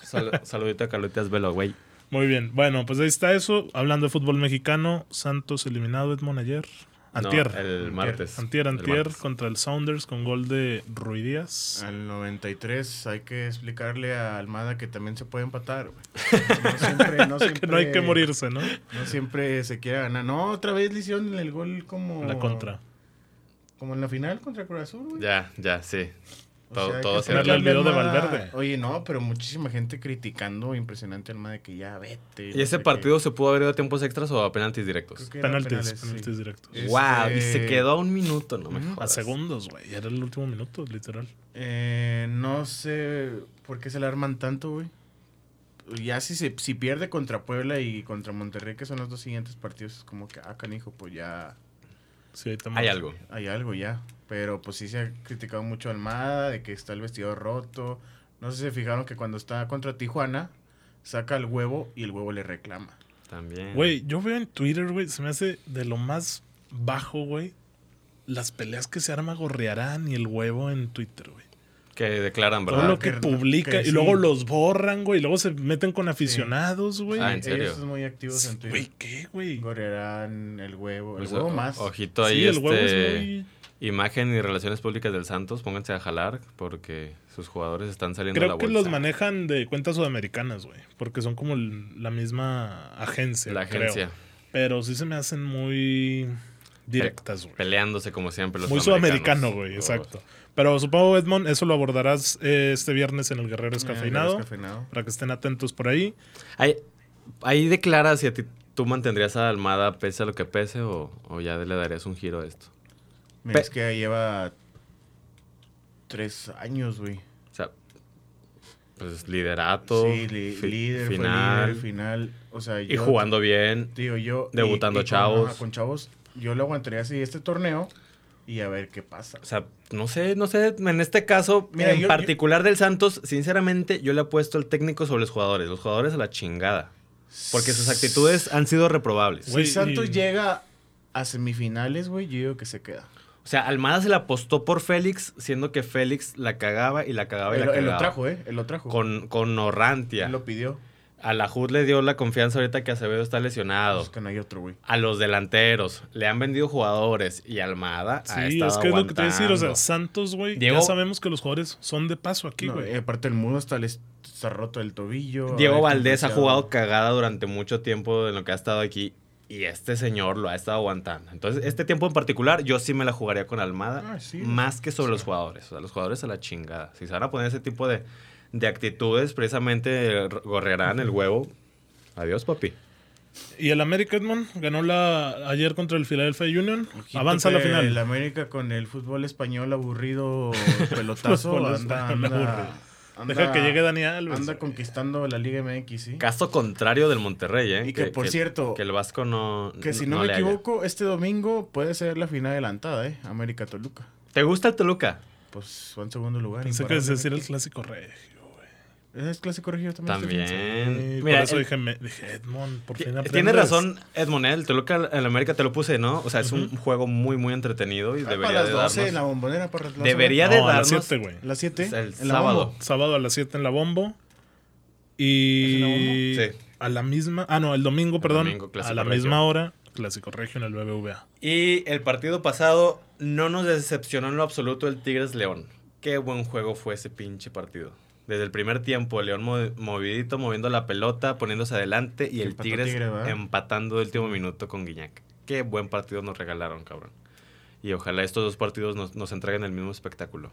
[SPEAKER 4] Sal- saludito a Carlitas Velo, güey.
[SPEAKER 1] Muy bien, bueno, pues ahí está eso. Hablando de fútbol mexicano, Santos eliminado Edmond ayer.
[SPEAKER 4] No,
[SPEAKER 1] Antier.
[SPEAKER 4] el martes.
[SPEAKER 1] Antier,
[SPEAKER 4] El
[SPEAKER 1] antier,
[SPEAKER 4] martes.
[SPEAKER 1] contra el Sounders con gol de Ruidías.
[SPEAKER 3] Al 93 hay que explicarle a Almada que también se puede empatar. güey. No siempre, no
[SPEAKER 1] que no hay que
[SPEAKER 3] siempre-
[SPEAKER 1] morirse, ¿no?
[SPEAKER 3] No siempre se quiere ganar. No, otra vez le hicieron el gol como...
[SPEAKER 1] La contra.
[SPEAKER 3] Como en la final contra Cruz Azul, güey.
[SPEAKER 4] Ya, ya, sí.
[SPEAKER 3] O
[SPEAKER 4] Todo-
[SPEAKER 3] sea, hay
[SPEAKER 4] todo
[SPEAKER 3] que
[SPEAKER 4] se arregla.
[SPEAKER 1] Ponerle al video de
[SPEAKER 3] Almada-
[SPEAKER 1] Valverde.
[SPEAKER 3] Oye, no, pero muchísima gente criticando impresionante al Almada de que ya vete.
[SPEAKER 4] ¿Y ese partido se pudo haber ido a tiempos extras o a penaltis directos?
[SPEAKER 1] pues, Penaltis, penaltis directos.
[SPEAKER 3] Este-
[SPEAKER 4] ¡Wow! Y se quedó a un minuto, no me
[SPEAKER 3] Ujú, a
[SPEAKER 1] A
[SPEAKER 4] jodas.
[SPEAKER 1] segundos, güey. Era el último minuto, literal.
[SPEAKER 3] Eh, no sé por qué se la arman tanto, güey. Ya si, se, si pierde contra Puebla y contra Monterrey, que son los dos siguientes partidos, es como que, ah, canijo, pues ya
[SPEAKER 1] Sí, ahí estamos.
[SPEAKER 4] Hay algo.
[SPEAKER 3] hay algo ya. Pero pues sí se ha criticado mucho a Almada, de que está el vestido roto. No sé si se fijaron que cuando está contra Tijuana, saca el huevo y el huevo le reclama.
[SPEAKER 4] También.
[SPEAKER 1] Güey, yo veo en Twitter, güey, se me hace de lo más bajo, güey. Las peleas que se arma gorrearán y el huevo en Twitter, güey.
[SPEAKER 4] Que declaran,
[SPEAKER 1] Todo
[SPEAKER 4] ¿verdad?
[SPEAKER 1] lo que,
[SPEAKER 3] Que-
[SPEAKER 1] publica
[SPEAKER 3] que
[SPEAKER 1] y luego
[SPEAKER 3] sí.
[SPEAKER 1] los borran, güey. Y luego se meten con aficionados, güey.
[SPEAKER 4] Ah, ¿en
[SPEAKER 3] Ellos
[SPEAKER 4] serio?
[SPEAKER 3] son muy activos en
[SPEAKER 1] Güey,
[SPEAKER 3] Twitter.
[SPEAKER 1] ¿qué, güey?
[SPEAKER 3] Gorearán el huevo, el
[SPEAKER 4] Pues,
[SPEAKER 3] huevo
[SPEAKER 4] o-
[SPEAKER 3] más.
[SPEAKER 4] Ojito ahí,
[SPEAKER 1] Sí, el
[SPEAKER 4] este,
[SPEAKER 1] huevo es muy...
[SPEAKER 4] imagen y relaciones públicas del Santos, pónganse a jalar porque sus jugadores están saliendo a la
[SPEAKER 1] Creo que
[SPEAKER 4] bolsa.
[SPEAKER 1] los manejan de cuentas sudamericanas, güey. Porque son como el- la misma agencia.
[SPEAKER 4] La
[SPEAKER 1] creo.
[SPEAKER 4] agencia,
[SPEAKER 1] Pero sí se me hacen muy directas, güey.
[SPEAKER 4] peleándose como siempre los
[SPEAKER 1] Muy
[SPEAKER 4] sudamericanos.
[SPEAKER 1] sudamericano, güey,
[SPEAKER 4] Oh,
[SPEAKER 1] exacto. Pero supongo, Edmond, eso lo abordarás eh, este viernes en el Guerrero Escafeinado.
[SPEAKER 3] Descafeinado.
[SPEAKER 1] Para que estén atentos por ahí.
[SPEAKER 4] Oh. Ahí, ahí declara si a ti tú mantendrías a Almada pese a lo que pese o, o ya le darías un giro a esto.
[SPEAKER 3] Mira,
[SPEAKER 4] Pe-
[SPEAKER 3] es que lleva tres años, güey.
[SPEAKER 4] O sea, pues liderato,
[SPEAKER 3] sí, li-
[SPEAKER 4] fi-
[SPEAKER 3] líder, fue
[SPEAKER 4] final
[SPEAKER 3] líder, final. O sea,
[SPEAKER 4] y jugando bien.
[SPEAKER 3] Digo, yo. y-
[SPEAKER 4] debutando
[SPEAKER 3] y con-
[SPEAKER 4] chavos.
[SPEAKER 3] ajá, Con, chavos, yo lo aguantaría así este torneo y a ver qué pasa.
[SPEAKER 4] O sea, no sé, no sé, en este caso,
[SPEAKER 3] Mira,
[SPEAKER 4] en
[SPEAKER 3] yo-
[SPEAKER 4] particular del Santos, sinceramente yo le apuesto al técnico sobre los jugadores, los jugadores a la chingada, porque sus actitudes han sido reprobables.
[SPEAKER 1] Güey,
[SPEAKER 3] Si Santos
[SPEAKER 1] y-
[SPEAKER 3] llega a semifinales, güey, yo digo que se queda.
[SPEAKER 4] O sea, Almada se la apostó por Félix, siendo que Félix la cagaba y la cagaba y
[SPEAKER 3] Él,
[SPEAKER 4] la
[SPEAKER 3] él
[SPEAKER 4] cagaba.
[SPEAKER 3] lo trajo, ¿eh? Él lo trajo.
[SPEAKER 4] Con, con Orrantia.
[SPEAKER 3] Él lo pidió.
[SPEAKER 4] A la Jud le dio la confianza ahorita que Acevedo está lesionado.
[SPEAKER 1] Pues
[SPEAKER 3] Es pues, que no hay otro, güey.
[SPEAKER 4] A los delanteros le han vendido jugadores y Almada ha
[SPEAKER 1] Sí,
[SPEAKER 4] estado
[SPEAKER 1] es que es lo que te voy a decir. O sea,
[SPEAKER 4] Ah, aguantando.
[SPEAKER 1] Santos, güey. Ya
[SPEAKER 4] Diego-
[SPEAKER 1] sabemos que los jugadores son de paso aquí,
[SPEAKER 3] No, eh.
[SPEAKER 1] güey.
[SPEAKER 3] y aparte, el mudo está, les, está roto el tobillo.
[SPEAKER 4] Diego
[SPEAKER 3] ahora está
[SPEAKER 4] Valdés ha
[SPEAKER 3] influenciado.
[SPEAKER 4] jugado cagada durante mucho tiempo en lo que ha estado aquí Y este señor lo ha estado aguantando. Entonces, este tiempo en particular, yo sí me la jugaría con Almada.
[SPEAKER 3] Ah, sí.
[SPEAKER 4] más que sobre los jugadores. O sea, los jugadores a la chingada. Si se van a poner ese tipo de, de actitudes, precisamente eh, gorrearán el huevo. Adiós, papi.
[SPEAKER 1] Y el América Edmond ganó la ayer contra el Philadelphia Union. Avanza a la
[SPEAKER 3] que El
[SPEAKER 1] final.
[SPEAKER 3] América con el fútbol español aburrido, pelotazo,
[SPEAKER 1] Fútbol
[SPEAKER 3] anda,
[SPEAKER 1] español
[SPEAKER 3] anda,
[SPEAKER 1] aburrido. Deja
[SPEAKER 3] anda-
[SPEAKER 1] que llegue Dani Alves.
[SPEAKER 3] Anda conquistando la Liga MX, ¿sí?
[SPEAKER 4] Caso contrario del Monterrey, ¿eh?
[SPEAKER 3] Y que, por cierto,
[SPEAKER 4] Que
[SPEAKER 3] que,
[SPEAKER 4] el Vasco no.
[SPEAKER 3] si no, me
[SPEAKER 4] le halla.
[SPEAKER 3] equivoco, este domingo puede ser la final adelantada, ¿eh? América-Toluca.
[SPEAKER 4] ¿Te gusta el Toluca?
[SPEAKER 3] Pues fue en segundo lugar.
[SPEAKER 1] Pensé que
[SPEAKER 3] imparable.
[SPEAKER 1] es decir el clásico regio, güey.
[SPEAKER 3] ¿Es clásico regio también?
[SPEAKER 4] También.
[SPEAKER 1] Y
[SPEAKER 4] Mira,
[SPEAKER 1] Eh, por eso
[SPEAKER 4] el-
[SPEAKER 1] dije, me- dije, Edmond, por fin
[SPEAKER 4] Ti-
[SPEAKER 1] aprendes.
[SPEAKER 4] Tienes razón, Edmond, el Toluca el América te lo puse, ¿no? O sea, es un
[SPEAKER 1] Ujú.
[SPEAKER 4] juego muy, muy entretenido y
[SPEAKER 3] Ah, para
[SPEAKER 4] debería
[SPEAKER 3] las
[SPEAKER 4] de
[SPEAKER 3] 12
[SPEAKER 4] darnos.
[SPEAKER 3] en la bombonera. Para las
[SPEAKER 4] Debería de
[SPEAKER 1] No, a
[SPEAKER 4] darnos.
[SPEAKER 1] las 7, güey.
[SPEAKER 3] ¿Las 7?
[SPEAKER 4] El sábado.
[SPEAKER 1] Sábado a las 7 en la Bombo.
[SPEAKER 3] ¿Es en la
[SPEAKER 1] Y
[SPEAKER 4] Bombo? Sí.
[SPEAKER 1] a la misma. Ah, no, el domingo, perdón.
[SPEAKER 4] domingo, Clásico
[SPEAKER 1] a la
[SPEAKER 4] Regio.
[SPEAKER 1] misma hora, Clásico Regio en el BBVA.
[SPEAKER 4] Y el partido pasado no nos decepcionó en lo absoluto el Tigres León. Qué buen juego fue ese pinche partido. Desde el primer tiempo, el León mo- movidito, moviendo la pelota, poniéndose adelante y
[SPEAKER 3] Que
[SPEAKER 4] el
[SPEAKER 3] empató
[SPEAKER 4] Tigres
[SPEAKER 3] Tigre, ¿verdad?
[SPEAKER 4] empatando el último minuto con Guiñac. Qué buen partido nos regalaron, cabrón. Y ojalá estos dos partidos nos, nos entreguen el mismo espectáculo.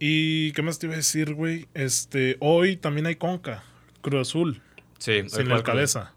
[SPEAKER 1] ¿Y qué más te iba a decir, güey? Este, hoy también hay Conca, Cruz Azul,
[SPEAKER 4] Sí, hoy
[SPEAKER 1] sin
[SPEAKER 4] juega
[SPEAKER 1] la
[SPEAKER 4] con-
[SPEAKER 1] cabeza.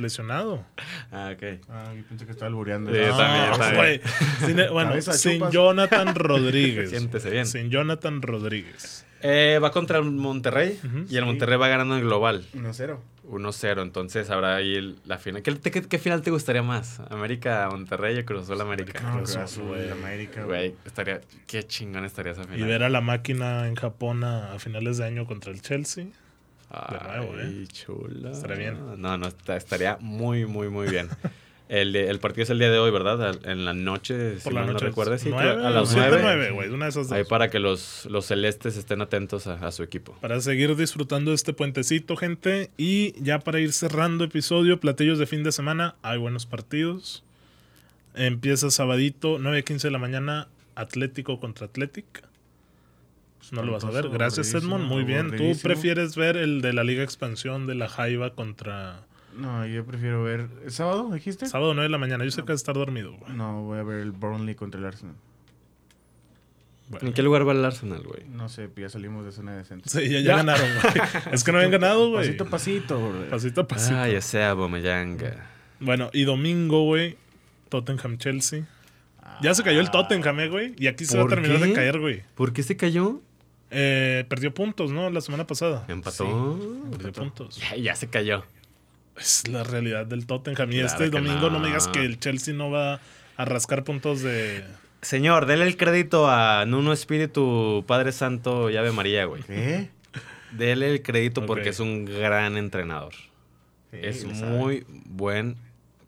[SPEAKER 1] Lesionado.
[SPEAKER 4] Ah, ok.
[SPEAKER 3] Ah, yo pensé que estaba albureando.
[SPEAKER 4] Sí, yo
[SPEAKER 1] No,
[SPEAKER 4] también, yo también.
[SPEAKER 1] güey. Sin- bueno,
[SPEAKER 3] Cabeza,
[SPEAKER 1] sin
[SPEAKER 3] chupas.
[SPEAKER 1] Jonathan Rodríguez.
[SPEAKER 4] Siéntese bien.
[SPEAKER 1] Sin Jonathan Rodríguez.
[SPEAKER 4] Eh, va contra el Monterrey
[SPEAKER 1] Ujú,
[SPEAKER 4] y el
[SPEAKER 3] sí.
[SPEAKER 4] Monterrey va ganando en global
[SPEAKER 3] 1-0.
[SPEAKER 4] 1-0. Entonces habrá ahí el- la final. ¿Qué, te- qué- qué final te gustaría más? ¿América, Monterrey o Cruz Azul América?
[SPEAKER 1] América.
[SPEAKER 3] No,
[SPEAKER 1] Cruz
[SPEAKER 3] Cruz
[SPEAKER 1] Azul,
[SPEAKER 3] Azul,
[SPEAKER 1] güey.
[SPEAKER 3] América,
[SPEAKER 4] Güey, estaría. Qué chingón estaría esa final.
[SPEAKER 1] Y ver a la máquina en Japón a, a finales de año contra el Chelsea.
[SPEAKER 4] Ay,
[SPEAKER 1] nuevo, ¿eh?
[SPEAKER 4] chula.
[SPEAKER 1] Estaría bien.
[SPEAKER 4] No, no, está- estaría muy, muy, muy bien. El, de- el partido es el día de hoy, ¿verdad? Al- En la noche, si
[SPEAKER 1] Por
[SPEAKER 4] mal
[SPEAKER 1] la
[SPEAKER 4] no
[SPEAKER 1] noche.
[SPEAKER 4] recuerdo. Sí,
[SPEAKER 1] nueve,
[SPEAKER 4] creo- a las
[SPEAKER 1] siete,
[SPEAKER 4] 9.
[SPEAKER 1] nueve, güey. Una de esas dos.
[SPEAKER 4] Ahí para que los, los celestes estén atentos a, a su equipo.
[SPEAKER 1] Para seguir disfrutando de este puentecito, gente. Y ya para ir cerrando episodio, platillos de fin de semana. Hay buenos partidos. Empieza sabadito, 9.15 de la mañana, Atlético contra Atlético. No lo vas a ver.
[SPEAKER 3] Espantoso,
[SPEAKER 1] Gracias,
[SPEAKER 3] aburridísimo,
[SPEAKER 1] Edmond. Muy bien. ¿Tú
[SPEAKER 3] aburridísimo.
[SPEAKER 1] prefieres ver el de la Liga Expansión de la Jaiba contra
[SPEAKER 3] No, yo prefiero ver. ¿Es ¿Sábado dijiste?
[SPEAKER 1] sábado 9 de la mañana? Yo sé que vas a estar dormido, güey.
[SPEAKER 3] No, voy a ver el Burnley contra el Arsenal.
[SPEAKER 1] Bueno.
[SPEAKER 4] ¿En qué lugar va el Arsenal, güey?
[SPEAKER 3] No sé, ya salimos de zona decente.
[SPEAKER 1] Sí, ya, ya ganaron, güey. es que no habían ganado, güey.
[SPEAKER 3] Pasito a pasito, bro.
[SPEAKER 1] Pasito a pasito.
[SPEAKER 4] Ah, ya sea, Bomeyanga.
[SPEAKER 1] Bueno, y domingo, güey, Tottenham-Chelsea. Ya se
[SPEAKER 3] Ah,
[SPEAKER 1] cayó el Tottenham, eh, güey. Y aquí se va a
[SPEAKER 4] Ah. ¿Por
[SPEAKER 1] terminar de
[SPEAKER 4] qué?
[SPEAKER 1] caer, güey.
[SPEAKER 4] ¿Por qué se cayó?
[SPEAKER 1] Eh, perdió puntos, ¿no? La semana pasada.
[SPEAKER 4] Empató.
[SPEAKER 1] Perdió puntos.
[SPEAKER 4] Ya, ya se cayó.
[SPEAKER 1] Es la realidad del Tottenham. Y
[SPEAKER 4] Claro
[SPEAKER 1] este
[SPEAKER 4] que
[SPEAKER 1] domingo no.
[SPEAKER 4] no.
[SPEAKER 1] me digas que el Chelsea no va a rascar puntos de...
[SPEAKER 4] Señor, dele el crédito a Nuno Espíritu, Padre Santo y Ave María, güey.
[SPEAKER 3] ¿Qué?
[SPEAKER 4] Dele el crédito
[SPEAKER 1] Ok.
[SPEAKER 4] porque es un gran entrenador.
[SPEAKER 3] Sí,
[SPEAKER 4] es
[SPEAKER 3] le sabe.
[SPEAKER 4] muy buen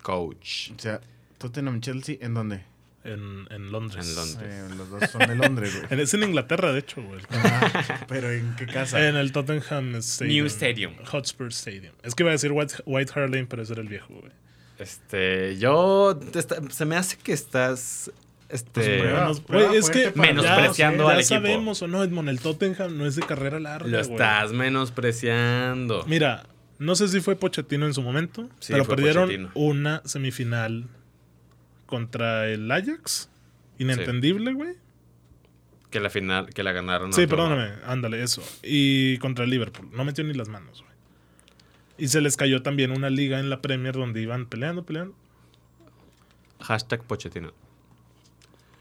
[SPEAKER 4] coach.
[SPEAKER 3] O sea, Tottenham Chelsea, ¿en dónde?
[SPEAKER 1] En, en Londres.
[SPEAKER 4] En Londres.
[SPEAKER 3] Eh, los dos son de Londres, güey.
[SPEAKER 1] En- es en Inglaterra, de hecho, güey.
[SPEAKER 3] Ah, Pero ¿en qué casa?
[SPEAKER 1] En el Tottenham Stadium.
[SPEAKER 4] New Stadium.
[SPEAKER 1] Hotspur Stadium. Es que iba a decir White, White Hart Lane, pero ese era el viejo, güey.
[SPEAKER 4] Este, yo esta- se me hace que estás este
[SPEAKER 3] Pues, bueno,
[SPEAKER 1] Nos-
[SPEAKER 3] prueba
[SPEAKER 1] güey, es
[SPEAKER 3] fuerte
[SPEAKER 1] que
[SPEAKER 3] para-
[SPEAKER 4] Menospreciando
[SPEAKER 1] ¿eh? ya, ya
[SPEAKER 4] al equipo.
[SPEAKER 1] sabemos o no, Edmond, el Tottenham no es de carrera larga.
[SPEAKER 4] lo
[SPEAKER 1] güey.
[SPEAKER 4] estás menospreciando.
[SPEAKER 1] Mira, no sé si fue Pochettino en su momento,
[SPEAKER 4] Sí,
[SPEAKER 1] pero
[SPEAKER 4] fue
[SPEAKER 1] perdieron
[SPEAKER 4] Pochettino.
[SPEAKER 1] una semifinal contra el Ajax. Inentendible, güey.
[SPEAKER 4] Que la final que la ganaron.
[SPEAKER 1] Sí,
[SPEAKER 4] a otro.
[SPEAKER 1] perdóname, ándale, eso. Y contra el Liverpool, no metió ni las manos, güey. Y se les cayó también una liga en la Premier donde iban peleando, peleando.
[SPEAKER 4] Hashtag Pochettino.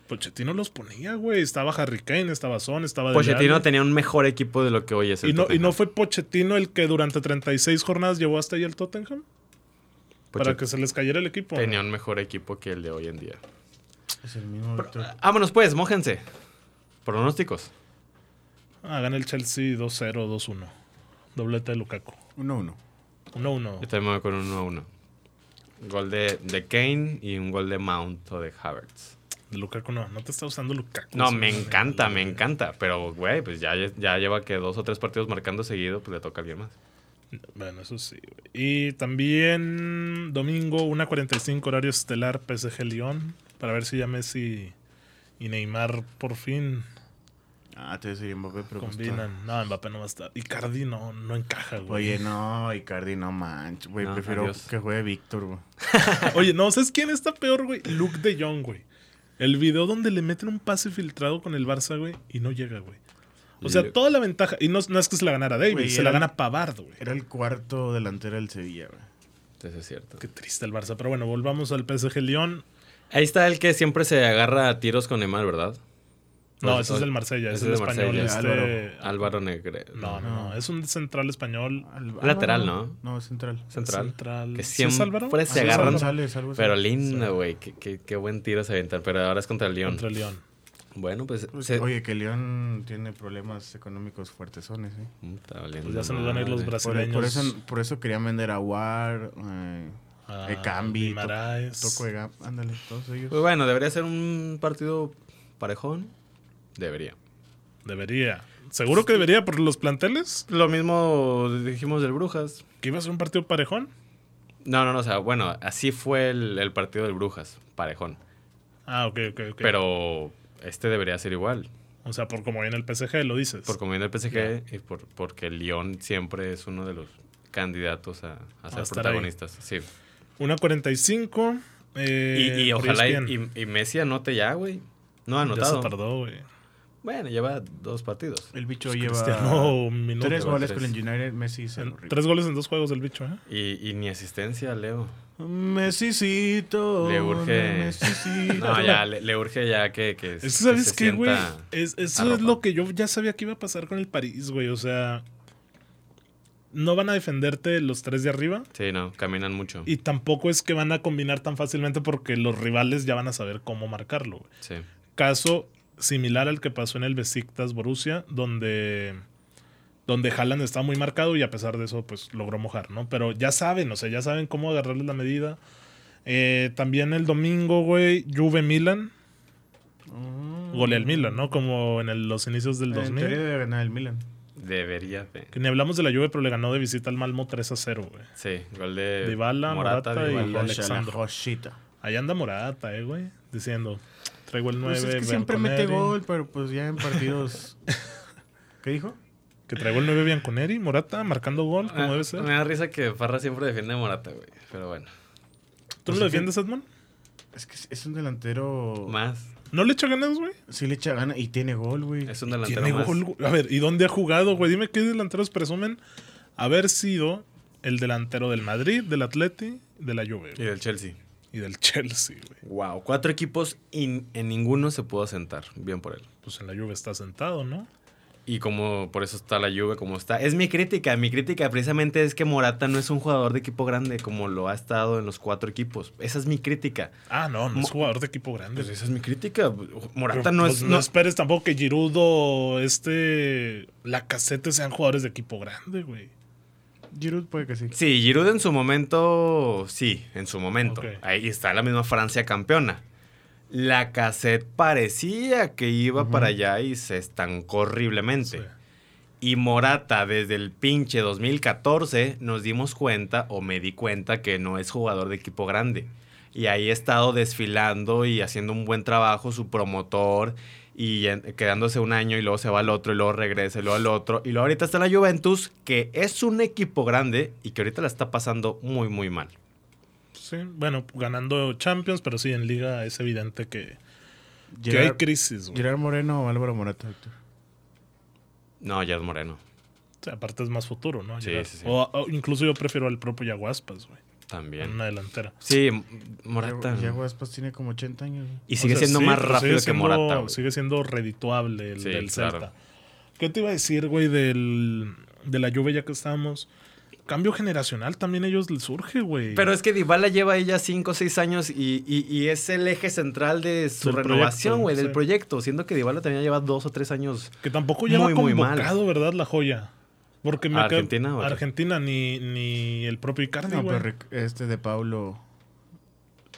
[SPEAKER 1] Pochettino los ponía, güey. Estaba Harry Kane, estaba Son, estaba... Dele
[SPEAKER 4] Pochettino
[SPEAKER 1] Alli.
[SPEAKER 4] tenía un mejor equipo de lo que hoy es el
[SPEAKER 1] Y no, y
[SPEAKER 4] Tottenham.
[SPEAKER 1] no fue Pochettino el que durante 36 jornadas llevó hasta ahí el Tottenham para
[SPEAKER 4] Pochettino
[SPEAKER 1] que se les cayera el equipo.
[SPEAKER 4] tenía un mejor equipo que el de hoy en día.
[SPEAKER 3] Es el mismo Víctor.
[SPEAKER 4] Vámonos pues, mójense. Pronósticos.
[SPEAKER 1] Ah, gana el Chelsea 2-0, 2-1. Doblete de Lukaku.
[SPEAKER 3] 1-1.
[SPEAKER 1] 1-1.
[SPEAKER 4] Yo también me voy con un 1 a 1. Gol de, de Kane y un gol de Mount o de Havertz.
[SPEAKER 1] De Lukaku no, no te está usando Lukaku.
[SPEAKER 4] No,
[SPEAKER 1] Sí,
[SPEAKER 4] me
[SPEAKER 1] sí, sí.
[SPEAKER 4] encanta, me encanta. Pero, güey, pues ya, ya lleva que dos o tres partidos marcando seguido, pues le toca a alguien más.
[SPEAKER 1] Bueno, eso sí. güey. Y también domingo 1.45 horario estelar PSG Lyon para ver si ya Messi y Neymar por fin
[SPEAKER 3] Ah, te decía Mbappé, pero pues,
[SPEAKER 1] combinan. No, Mbappé no va a estar. Y Cardi no, no encaja,
[SPEAKER 3] está-
[SPEAKER 1] güey.
[SPEAKER 3] Oye, no, Icardi, no manches, güey.
[SPEAKER 4] No,
[SPEAKER 3] prefiero
[SPEAKER 4] adiós.
[SPEAKER 3] que juegue Víctor, güey.
[SPEAKER 1] Oye, no, ¿sabes quién está peor, güey? Luke de Jong, güey. El video donde le meten un pase filtrado con el Barça, güey, y no llega, güey. O sea,
[SPEAKER 4] Luke.
[SPEAKER 1] toda la ventaja. Y no, no es que se la ganara Davis,
[SPEAKER 3] Güey,
[SPEAKER 1] se la
[SPEAKER 3] era-
[SPEAKER 1] gana Pavard, güey.
[SPEAKER 3] Era el cuarto delantero del Sevilla, güey.
[SPEAKER 4] Eso es cierto.
[SPEAKER 1] Qué triste el Barça. Pero bueno, volvamos al PSG León.
[SPEAKER 4] Ahí está el que siempre se agarra a tiros con Emal, ¿verdad?
[SPEAKER 1] No,
[SPEAKER 4] Pues,
[SPEAKER 1] ese es del Marsella, ese es
[SPEAKER 4] ese
[SPEAKER 1] el
[SPEAKER 4] es del
[SPEAKER 1] español.
[SPEAKER 4] Marsella.
[SPEAKER 1] Este...
[SPEAKER 4] Álvaro Negre.
[SPEAKER 1] No, no, no, es un central español.
[SPEAKER 3] Al-
[SPEAKER 4] Lateral,
[SPEAKER 3] Álvaro,
[SPEAKER 4] ¿no?
[SPEAKER 3] No, es central.
[SPEAKER 4] Central.
[SPEAKER 1] Central.
[SPEAKER 4] Que
[SPEAKER 1] ¿Sí es Álvaro?
[SPEAKER 4] siempre
[SPEAKER 1] Ah, sí
[SPEAKER 4] se
[SPEAKER 1] es
[SPEAKER 4] agarran.
[SPEAKER 1] Álvaro.
[SPEAKER 3] González, algo así. Pues,
[SPEAKER 4] Pero lindo,
[SPEAKER 1] Sí.
[SPEAKER 4] güey. Qué, qué- qué buen tiro se avientan. Pero ahora es contra el León.
[SPEAKER 1] Contra el León.
[SPEAKER 4] Bueno, pues.
[SPEAKER 3] Pues,
[SPEAKER 4] se-
[SPEAKER 3] Oye, que León tiene problemas económicos fuertesones, ¿eh?
[SPEAKER 4] Puta, valiendo
[SPEAKER 1] Pues ya se nos van a ir los
[SPEAKER 4] madre.
[SPEAKER 3] Por,
[SPEAKER 1] brasileños.
[SPEAKER 3] por eso, por eso querían vender a War, eh,
[SPEAKER 1] Ah,
[SPEAKER 3] Ekambi,
[SPEAKER 1] Guimaraes.
[SPEAKER 3] Toco de Gap, ándale, todos ellos.
[SPEAKER 4] Pues bueno, debería ser un partido parejón. Debería.
[SPEAKER 1] Debería. Seguro que debería por los planteles.
[SPEAKER 4] Lo mismo dijimos del Brujas.
[SPEAKER 1] Que iba a ser un partido parejón.
[SPEAKER 4] No, no, no. O sea, bueno, así fue el, el partido del Brujas. Parejón.
[SPEAKER 1] Ah, ok, ok, ok.
[SPEAKER 4] Pero este debería ser igual.
[SPEAKER 1] o sea, por como viene el PSG, lo dices.
[SPEAKER 4] Por como viene el PSG y por, porque el León siempre es uno de los candidatos a, a
[SPEAKER 1] estar
[SPEAKER 4] ser
[SPEAKER 1] ahí.
[SPEAKER 4] protagonistas. Sí.
[SPEAKER 1] Una 45.
[SPEAKER 4] Y,
[SPEAKER 1] Eh,
[SPEAKER 4] y
[SPEAKER 1] por
[SPEAKER 4] ojalá y,
[SPEAKER 1] ESPN.
[SPEAKER 4] y- y Messi anote ya, güey. No ha
[SPEAKER 1] Ya se
[SPEAKER 4] anotado.
[SPEAKER 1] tardó, güey.
[SPEAKER 4] Bueno, lleva dos partidos.
[SPEAKER 3] El bicho
[SPEAKER 1] Pues
[SPEAKER 3] lleva
[SPEAKER 1] Cristiano, minuto.
[SPEAKER 3] tres
[SPEAKER 4] Lleva
[SPEAKER 3] goles
[SPEAKER 4] tres.
[SPEAKER 3] con el United, Messi se lo
[SPEAKER 1] En-
[SPEAKER 3] rifó.
[SPEAKER 1] Tres goles en dos juegos el bicho, ¿eh?
[SPEAKER 4] Y, y ni asistencia, Leo.
[SPEAKER 3] Messicito.
[SPEAKER 4] Le urge.
[SPEAKER 3] Messicito.
[SPEAKER 4] No, ya, le, le urge ya que, que,
[SPEAKER 1] Es que,
[SPEAKER 4] que
[SPEAKER 1] ¿sabes
[SPEAKER 4] se
[SPEAKER 1] qué, güey? Eh,
[SPEAKER 4] sienta-
[SPEAKER 1] Es- eso es
[SPEAKER 4] arropado.
[SPEAKER 1] lo que yo ya sabía que iba a pasar con el París, güey. O sea, no van a defenderte los tres de arriba.
[SPEAKER 4] Sí, no, caminan mucho.
[SPEAKER 1] Y tampoco es que van a combinar tan fácilmente porque los rivales ya van a saber cómo marcarlo. güey.
[SPEAKER 4] Sí.
[SPEAKER 1] Caso similar al que pasó en el Besiktas Borussia, donde, donde Haaland está muy marcado y a pesar de eso, pues logró mojar, ¿no? Pero ya saben, o sea, ya saben cómo agarrarles la medida. Eh, también el domingo, güey, Juve Milan.
[SPEAKER 3] Mm.
[SPEAKER 1] Golea el Milan, ¿no? Como en el- los inicios del
[SPEAKER 3] En
[SPEAKER 1] 2000.
[SPEAKER 3] teoría debe ganar el Milan.
[SPEAKER 4] Debería de.
[SPEAKER 1] Que ni hablamos de la Juve, pero le ganó de visita al Malmo 3 a 0, güey.
[SPEAKER 4] Sí, gol de.
[SPEAKER 1] Dybala, Morata y-
[SPEAKER 4] Dybala.
[SPEAKER 3] Ojalá,
[SPEAKER 1] Alexandro.
[SPEAKER 3] Josita.
[SPEAKER 1] Ahí anda Morata, eh, güey. Diciendo, traigo el 9.
[SPEAKER 3] Pues es que siempre mete
[SPEAKER 1] Bianconeri.
[SPEAKER 3] gol, pero pues ya en partidos. ¿Qué dijo?
[SPEAKER 1] Que traigo el 9 Bianconeri, Morata, marcando gol, como
[SPEAKER 4] Ah,
[SPEAKER 1] debe ser.
[SPEAKER 4] Me da risa que Farra siempre defiende a Morata, güey. Pero bueno,
[SPEAKER 1] ¿Tú
[SPEAKER 3] pues
[SPEAKER 1] no lo
[SPEAKER 3] es que-
[SPEAKER 1] defiendes, Edmond?
[SPEAKER 3] Es que es un delantero.
[SPEAKER 4] más.
[SPEAKER 1] ¿No le echa ganas, güey?
[SPEAKER 3] Sí le echa gana y tiene gol, güey.
[SPEAKER 4] Es un delantero
[SPEAKER 1] Tiene
[SPEAKER 4] más.
[SPEAKER 1] gol, güey. A ver, ¿y dónde ha jugado, güey? Dime qué delanteros presumen haber sido el delantero del Madrid, del Atleti, de la Juve
[SPEAKER 4] Y
[SPEAKER 1] güey.
[SPEAKER 4] del Chelsea.
[SPEAKER 1] y del Chelsea, güey.
[SPEAKER 4] Wow, cuatro equipos y en ninguno se pudo sentar. Bien por él.
[SPEAKER 1] Pues en la Juve está sentado, ¿no?
[SPEAKER 4] Y como por eso está la Juve como está. Es mi crítica, mi crítica precisamente es que Morata no es un jugador de equipo grande como lo ha estado en los cuatro equipos. Esa es mi crítica.
[SPEAKER 1] Ah, no, no
[SPEAKER 4] Mo-
[SPEAKER 1] es jugador de equipo grande.
[SPEAKER 4] Pues esa es mi crítica. Morata
[SPEAKER 1] Pero,
[SPEAKER 4] no
[SPEAKER 1] pues,
[SPEAKER 4] es...
[SPEAKER 1] no,
[SPEAKER 4] no-
[SPEAKER 1] esperes tampoco que Girudo, este, la casete sean jugadores de equipo grande, güey.
[SPEAKER 3] Giroud puede que sí.
[SPEAKER 4] Sí, Giroud en su momento, sí, en su momento.
[SPEAKER 1] Ok.
[SPEAKER 4] Ahí está la misma Francia campeona. La cassette parecía que iba para allá y se estancó horriblemente.
[SPEAKER 1] Sí.
[SPEAKER 4] Y Morata, desde el pinche 2014, nos dimos cuenta, o me di cuenta, que no es jugador de equipo grande. Y ahí he estado desfilando y haciendo un buen trabajo su promotor y en- quedándose un año y luego se va al otro y luego regresa y luego al otro. Y luego ahorita está la Juventus, que es un equipo grande y que ahorita la está pasando muy, muy mal.
[SPEAKER 1] pues Sí, bueno, ganando Champions, pero sí, en Liga es evidente que, que hay
[SPEAKER 3] Gerard,
[SPEAKER 1] crisis, güey.
[SPEAKER 3] Gerard Moreno o Álvaro Morata, Héctor.
[SPEAKER 4] No, Gerard Moreno,
[SPEAKER 1] O sea, aparte es más futuro, ¿no?
[SPEAKER 4] Sí,
[SPEAKER 1] Gerard.
[SPEAKER 4] sí, sí.
[SPEAKER 1] O, o incluso yo prefiero al propio Yaguaspas, güey. en
[SPEAKER 4] también.
[SPEAKER 1] Una delantera.
[SPEAKER 4] Sí, M- Morata.
[SPEAKER 3] Ya Guaspas tiene como 80 años. güey.
[SPEAKER 4] Y
[SPEAKER 1] O
[SPEAKER 4] sigue
[SPEAKER 1] sea,
[SPEAKER 4] siendo
[SPEAKER 1] sí,
[SPEAKER 4] más
[SPEAKER 1] pero sigue
[SPEAKER 4] rápido
[SPEAKER 1] siendo-
[SPEAKER 4] que Morata. güey.
[SPEAKER 1] Sigue siendo redituable el
[SPEAKER 4] Sí,
[SPEAKER 1] del
[SPEAKER 4] claro.
[SPEAKER 1] Celta. ¿Qué te iba a decir, güey, del, de la lluvia ya que estábamos? Cambio generacional también a ellos les surge, güey.
[SPEAKER 4] Pero es que Dybala lleva ella 5 o 6 años y, y- y es el eje central de su
[SPEAKER 1] Del
[SPEAKER 4] renovación,
[SPEAKER 1] proyecto,
[SPEAKER 4] güey, del
[SPEAKER 1] sí.
[SPEAKER 4] proyecto. Siendo que Dybala también lleva 2 o 3 años.
[SPEAKER 1] Que tampoco lleva
[SPEAKER 4] Muy, muy mal.
[SPEAKER 1] convocado, ¿verdad? La joya. Porque me
[SPEAKER 4] ¿A
[SPEAKER 1] acaba-
[SPEAKER 4] Argentina o a qué?
[SPEAKER 1] Argentina, ni, ni el propio Icardi,
[SPEAKER 3] No,
[SPEAKER 1] güey.
[SPEAKER 3] pero Ric- este de Paulo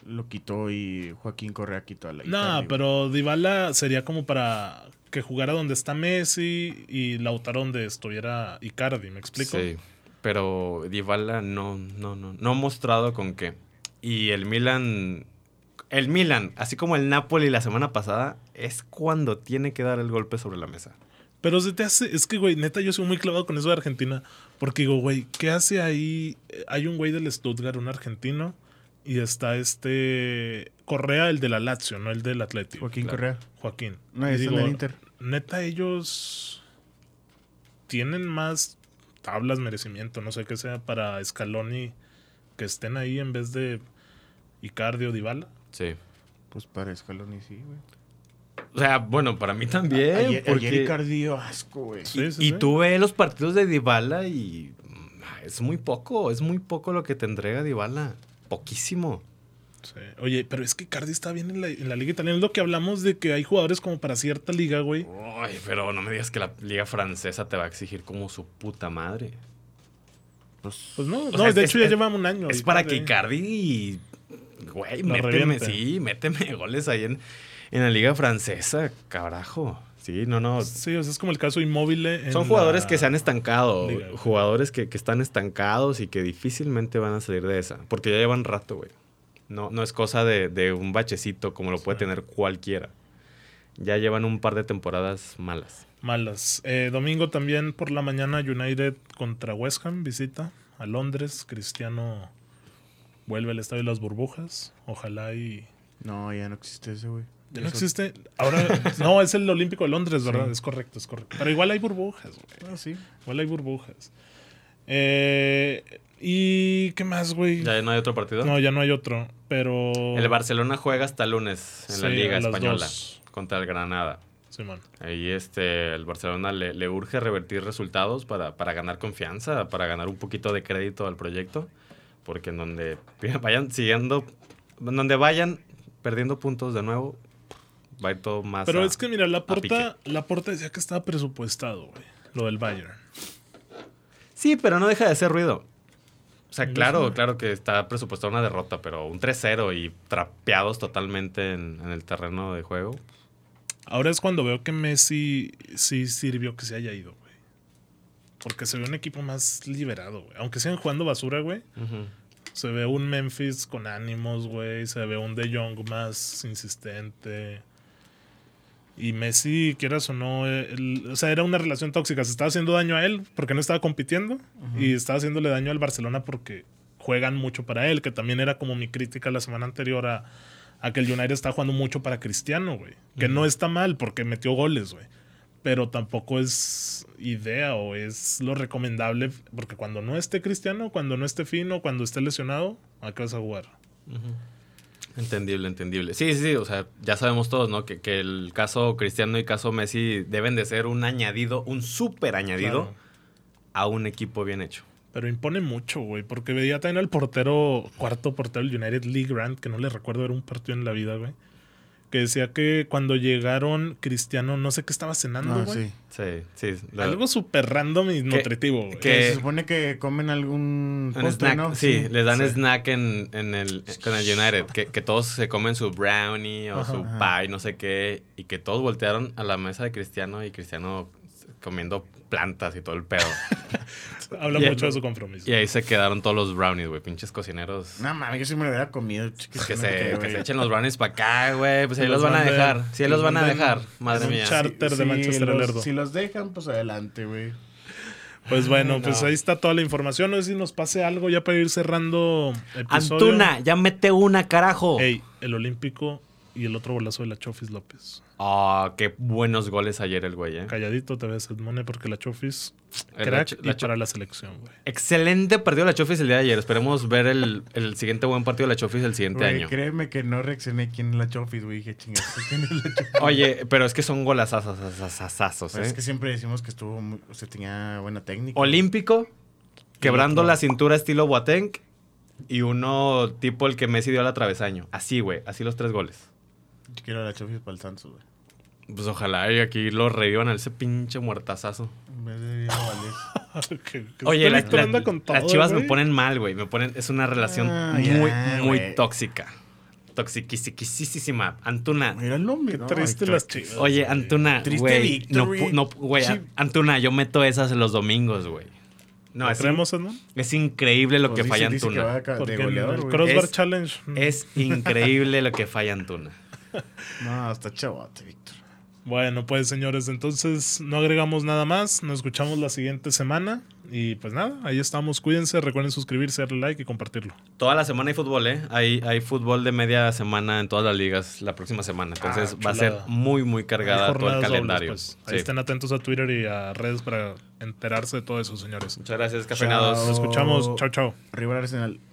[SPEAKER 3] lo quitó y Joaquín Correa quitó a la Icardi,
[SPEAKER 1] No,
[SPEAKER 3] güey.
[SPEAKER 1] pero Dybala sería como para que jugara donde está Messi y Lautaro donde estuviera Icardi, ¿me explico?
[SPEAKER 4] Sí, pero Dybala no, no, no, no ha mostrado con qué. Y el Milan, el Milan, así como el Napoli la semana pasada, es cuando tiene que dar el golpe sobre la mesa.
[SPEAKER 1] Pero se te hace, es que, güey, neta, yo soy muy clavado con eso de Argentina. Porque digo, güey, ¿qué hace ahí? Eh, Hay un güey del Stuttgart, un argentino, y está este Correa, el de la Lazio, no el del Atlético.
[SPEAKER 3] Joaquín
[SPEAKER 4] Claro.
[SPEAKER 3] Correa.
[SPEAKER 1] Joaquín.
[SPEAKER 3] No,
[SPEAKER 1] Y
[SPEAKER 3] está en
[SPEAKER 1] digo,
[SPEAKER 3] el Inter.
[SPEAKER 1] Neta, ellos tienen más tablas, merecimiento, no sé qué sea, para Scaloni que estén ahí en vez de Icardi o Dybala.
[SPEAKER 4] Sí.
[SPEAKER 3] Pues para Scaloni sí, güey.
[SPEAKER 4] O sea, bueno, para mí también.
[SPEAKER 3] Ayer,
[SPEAKER 4] porque...
[SPEAKER 3] ayer Icardi dio asco, güey.
[SPEAKER 1] Sí, sí,
[SPEAKER 4] y
[SPEAKER 1] sí.
[SPEAKER 4] tú ves los partidos de Dybala y mm, es muy poco, es muy poco lo que te entrega Dybala. Poquísimo.
[SPEAKER 1] Sí. Oye, pero es que Icardi está bien en la, en la liga italiana. Es lo que hablamos de que hay jugadores como para cierta liga, güey.
[SPEAKER 4] Ay, pero no me digas que la liga francesa te va a exigir como su puta madre.
[SPEAKER 1] Pues no, no
[SPEAKER 4] sea,
[SPEAKER 1] de
[SPEAKER 4] es-
[SPEAKER 1] hecho ya
[SPEAKER 4] es-
[SPEAKER 1] llevamos un año.
[SPEAKER 4] es
[SPEAKER 1] ahí,
[SPEAKER 4] para
[SPEAKER 1] güey.
[SPEAKER 4] que Icardi, güey,
[SPEAKER 1] Lo
[SPEAKER 4] méteme,
[SPEAKER 1] reviente.
[SPEAKER 4] sí, méteme goles ahí en, en la liga francesa, carajo. Sí, no, no.
[SPEAKER 1] Sí, o sea, es como el caso inmóvil.
[SPEAKER 4] Son jugadores que se han estancado,
[SPEAKER 1] Liga, güey.
[SPEAKER 4] jugadores que, que están estancados y que difícilmente van a salir de esa, porque ya llevan rato, güey. No, no es cosa de, de un bachecito como lo puede tener cualquiera. Ya llevan un par de temporadas malas.
[SPEAKER 1] Malas. Eh, domingo también por la mañana United contra West Ham visita a Londres. Cristiano vuelve al estadio de las burbujas. Ojalá y...
[SPEAKER 3] No, ya no existe ese, güey.
[SPEAKER 1] Ya no existe. Ahora, no, es el Olímpico de Londres, ¿verdad?
[SPEAKER 3] Sí.
[SPEAKER 1] Es correcto, es correcto. Pero igual hay burbujas, güey.
[SPEAKER 3] Ah, sí.
[SPEAKER 1] Igual hay burbujas. Eh, ¿Y qué más, güey?
[SPEAKER 4] ¿Ya no hay otro partido?
[SPEAKER 1] No, ya no hay otro. Pero...
[SPEAKER 4] El Barcelona juega hasta lunes en la
[SPEAKER 1] Sí,
[SPEAKER 4] Liga
[SPEAKER 1] a las
[SPEAKER 4] Española
[SPEAKER 1] dos.
[SPEAKER 4] contra el Granada.
[SPEAKER 1] Simón.
[SPEAKER 4] Ahí este, el Barcelona le, le urge revertir resultados para, para ganar confianza, para ganar un poquito de crédito al proyecto, porque en donde vayan siguiendo, en donde vayan perdiendo puntos de nuevo, va a ir todo más.
[SPEAKER 1] Pero
[SPEAKER 4] a-
[SPEAKER 1] es que, mira, la porta,
[SPEAKER 4] Piqué.
[SPEAKER 1] la porta decía que estaba presupuestado, güey. Lo del Bayern.
[SPEAKER 4] Sí, pero no deja de hacer ruido. O sea,
[SPEAKER 1] Eso.
[SPEAKER 4] claro, claro que está presupuestada una derrota, pero un 3-0 y trapeados totalmente en, en el terreno de juego.
[SPEAKER 1] Ahora es cuando veo que Messi sí sirvió que se haya ido, güey. Porque se ve un equipo más liberado, güey. Aunque sigan jugando basura, güey.
[SPEAKER 4] Ujú.
[SPEAKER 1] Se ve un Memphis con ánimos, güey. Se ve un De Jong más insistente. Y Messi, quieras o no, él- o sea, era una relación tóxica. Se estaba haciendo daño a él porque no estaba compitiendo. Y estaba haciéndole daño al Barcelona porque juegan mucho para él. Que también era como mi crítica la semana anterior a, a que el United está jugando mucho para Cristiano, güey. Que no está mal porque metió goles, güey. Pero tampoco es idea o es lo recomendable. Porque cuando no esté Cristiano, cuando no esté fino, cuando esté lesionado, ¿a qué vas a jugar?
[SPEAKER 4] Entendible, entendible. Sí, sí, sí, o sea, ya sabemos todos, ¿no? Que, que el caso Cristiano y caso Messi deben de ser un añadido, un súper añadido
[SPEAKER 1] Claro.
[SPEAKER 4] a un equipo bien hecho.
[SPEAKER 1] Pero impone mucho, güey. Porque veía también al portero, cuarto portero del United League Grant, que no le recuerdo, era un partido en la vida, güey. Que decía que cuando llegaron Cristiano, Ah, no sé qué estaba cenando,
[SPEAKER 3] No,
[SPEAKER 1] güey.
[SPEAKER 3] Ah, sí.
[SPEAKER 4] Sí, sí. la-
[SPEAKER 1] Algo súper random y nutritivo, güey.
[SPEAKER 4] que-
[SPEAKER 3] se supone que comen algún
[SPEAKER 4] un
[SPEAKER 3] postre,
[SPEAKER 4] snack,
[SPEAKER 3] ¿no?
[SPEAKER 4] sí, les dan
[SPEAKER 1] Sí.
[SPEAKER 4] snack en, en el, con el United, que, que todos se comen su brownie o
[SPEAKER 1] Ajá.
[SPEAKER 4] su
[SPEAKER 3] Ajá.
[SPEAKER 4] pie, no sé qué, y que todos voltearon a la mesa de Cristiano y Cristiano comiendo plantas y todo el pedo.
[SPEAKER 1] Habla
[SPEAKER 4] Ya,
[SPEAKER 1] mucho
[SPEAKER 4] no.
[SPEAKER 1] de su compromiso.
[SPEAKER 4] y ahí se quedaron todos los brownies, güey, pinches cocineros.
[SPEAKER 3] No mames, yo sí me lo hubiera comido.
[SPEAKER 4] Pues
[SPEAKER 3] chiquis,
[SPEAKER 4] que,
[SPEAKER 3] no
[SPEAKER 4] se,
[SPEAKER 3] creo,
[SPEAKER 4] que se
[SPEAKER 3] güey.
[SPEAKER 4] echen los brownies para acá, güey. Pues
[SPEAKER 1] Que
[SPEAKER 4] ahí los
[SPEAKER 1] los
[SPEAKER 4] van a
[SPEAKER 1] manden-
[SPEAKER 4] dejar. Sí, ahí los van a
[SPEAKER 3] manden-
[SPEAKER 4] dejar. Madre
[SPEAKER 1] es un
[SPEAKER 4] mía.
[SPEAKER 1] char- Carter de Manchester
[SPEAKER 3] los-
[SPEAKER 1] Lerdo.
[SPEAKER 3] Si los dejan, pues adelante, güey.
[SPEAKER 1] Pues bueno,
[SPEAKER 4] No.
[SPEAKER 1] pues ahí está toda la información. No sé si nos pase algo ya para ir cerrando episodio.
[SPEAKER 4] Antuna, ya mete una, carajo.
[SPEAKER 1] Ey, el Olímpico y el otro golazo de la Chofis López.
[SPEAKER 4] Ah, qué buenos goles ayer el güey, eh.
[SPEAKER 1] Calladito te ves, Edmone, porque la Chofis
[SPEAKER 4] El
[SPEAKER 1] crack
[SPEAKER 4] Ch-
[SPEAKER 1] y
[SPEAKER 4] Eh, la Ch-
[SPEAKER 1] para la selección, güey.
[SPEAKER 4] Excelente partido de la Chofis el día de ayer. Esperemos ver el, el siguiente buen partido de la Chofis el siguiente
[SPEAKER 3] Güey,
[SPEAKER 4] Este año.
[SPEAKER 3] Créeme que no reaccioné quién es la Chofis, güey. Dije, chingada, ¿quién es la Chofis?
[SPEAKER 4] Oye, pero es que son golazazazazazazos,
[SPEAKER 3] Pues
[SPEAKER 4] eh.
[SPEAKER 3] Es que siempre decimos que estuvo, muy- o sea, tenía buena técnica.
[SPEAKER 4] Olímpico, quebrando
[SPEAKER 1] otro.
[SPEAKER 4] la cintura estilo Boateng y uno tipo el que Messi dio al atravesaño. Así, güey. Así los tres goles.
[SPEAKER 3] Yo quiero a la Chofis para el Santos, güey.
[SPEAKER 4] Pues ojalá y aquí lo revivan a ese pinche muertazazo.
[SPEAKER 3] En vez de Diego Valdés.
[SPEAKER 1] Que- que
[SPEAKER 4] Oye,
[SPEAKER 1] este
[SPEAKER 4] la-
[SPEAKER 1] Víctor
[SPEAKER 4] la-
[SPEAKER 1] anda con todo,
[SPEAKER 4] las chivas me
[SPEAKER 1] güey.
[SPEAKER 4] ponen mal, güey. Me ponen, es una relación
[SPEAKER 3] Ah,
[SPEAKER 4] muy,
[SPEAKER 3] ya,
[SPEAKER 4] muy
[SPEAKER 3] güey.
[SPEAKER 4] tóxica. Toxiquisísima. Antuna.
[SPEAKER 3] Míralo,
[SPEAKER 1] Qué
[SPEAKER 3] mira.
[SPEAKER 1] triste
[SPEAKER 3] Héctor.
[SPEAKER 1] las chivas.
[SPEAKER 4] Oye,
[SPEAKER 1] güey.
[SPEAKER 4] Antuna,
[SPEAKER 3] Triste
[SPEAKER 4] güey. No,
[SPEAKER 3] victory.
[SPEAKER 4] pu- no, güey,
[SPEAKER 3] Sí.
[SPEAKER 4] Antuna, yo meto esas los domingos, güey. No,
[SPEAKER 1] ¿Lo
[SPEAKER 4] es,
[SPEAKER 1] creemos, Edmond?
[SPEAKER 4] es increíble lo
[SPEAKER 3] Pues
[SPEAKER 4] que
[SPEAKER 3] dice-
[SPEAKER 4] falla
[SPEAKER 3] dice que
[SPEAKER 4] Antuna.
[SPEAKER 3] va a ca-
[SPEAKER 1] Porque
[SPEAKER 3] de
[SPEAKER 1] el,
[SPEAKER 3] goleador,
[SPEAKER 1] el
[SPEAKER 3] güey.
[SPEAKER 1] Crossbar
[SPEAKER 4] Es-
[SPEAKER 1] Challenge. mm,
[SPEAKER 4] Es increíble lo que falla Antuna.
[SPEAKER 3] No, está chavote, Víctor.
[SPEAKER 1] Bueno, pues señores, entonces no agregamos nada más. Nos escuchamos la siguiente semana. Y pues nada, ahí estamos. Cuídense. Recuerden suscribirse, darle like y compartirlo.
[SPEAKER 4] Toda la semana hay fútbol, ¿eh? Hay, hay fútbol de media semana en todas las ligas la próxima semana. Entonces
[SPEAKER 1] Ah,
[SPEAKER 4] va a ser
[SPEAKER 1] chulada.
[SPEAKER 4] muy, muy
[SPEAKER 1] Hay
[SPEAKER 4] cargada todo el
[SPEAKER 1] jornadas dobles,
[SPEAKER 4] calendario.
[SPEAKER 1] pues. Ahí
[SPEAKER 4] Sí.
[SPEAKER 1] estén atentos a Twitter y a redes para enterarse de todo eso, señores.
[SPEAKER 4] Muchas gracias, cafeinados.
[SPEAKER 1] Nos escuchamos. Chao, chao.
[SPEAKER 3] River Arsenal.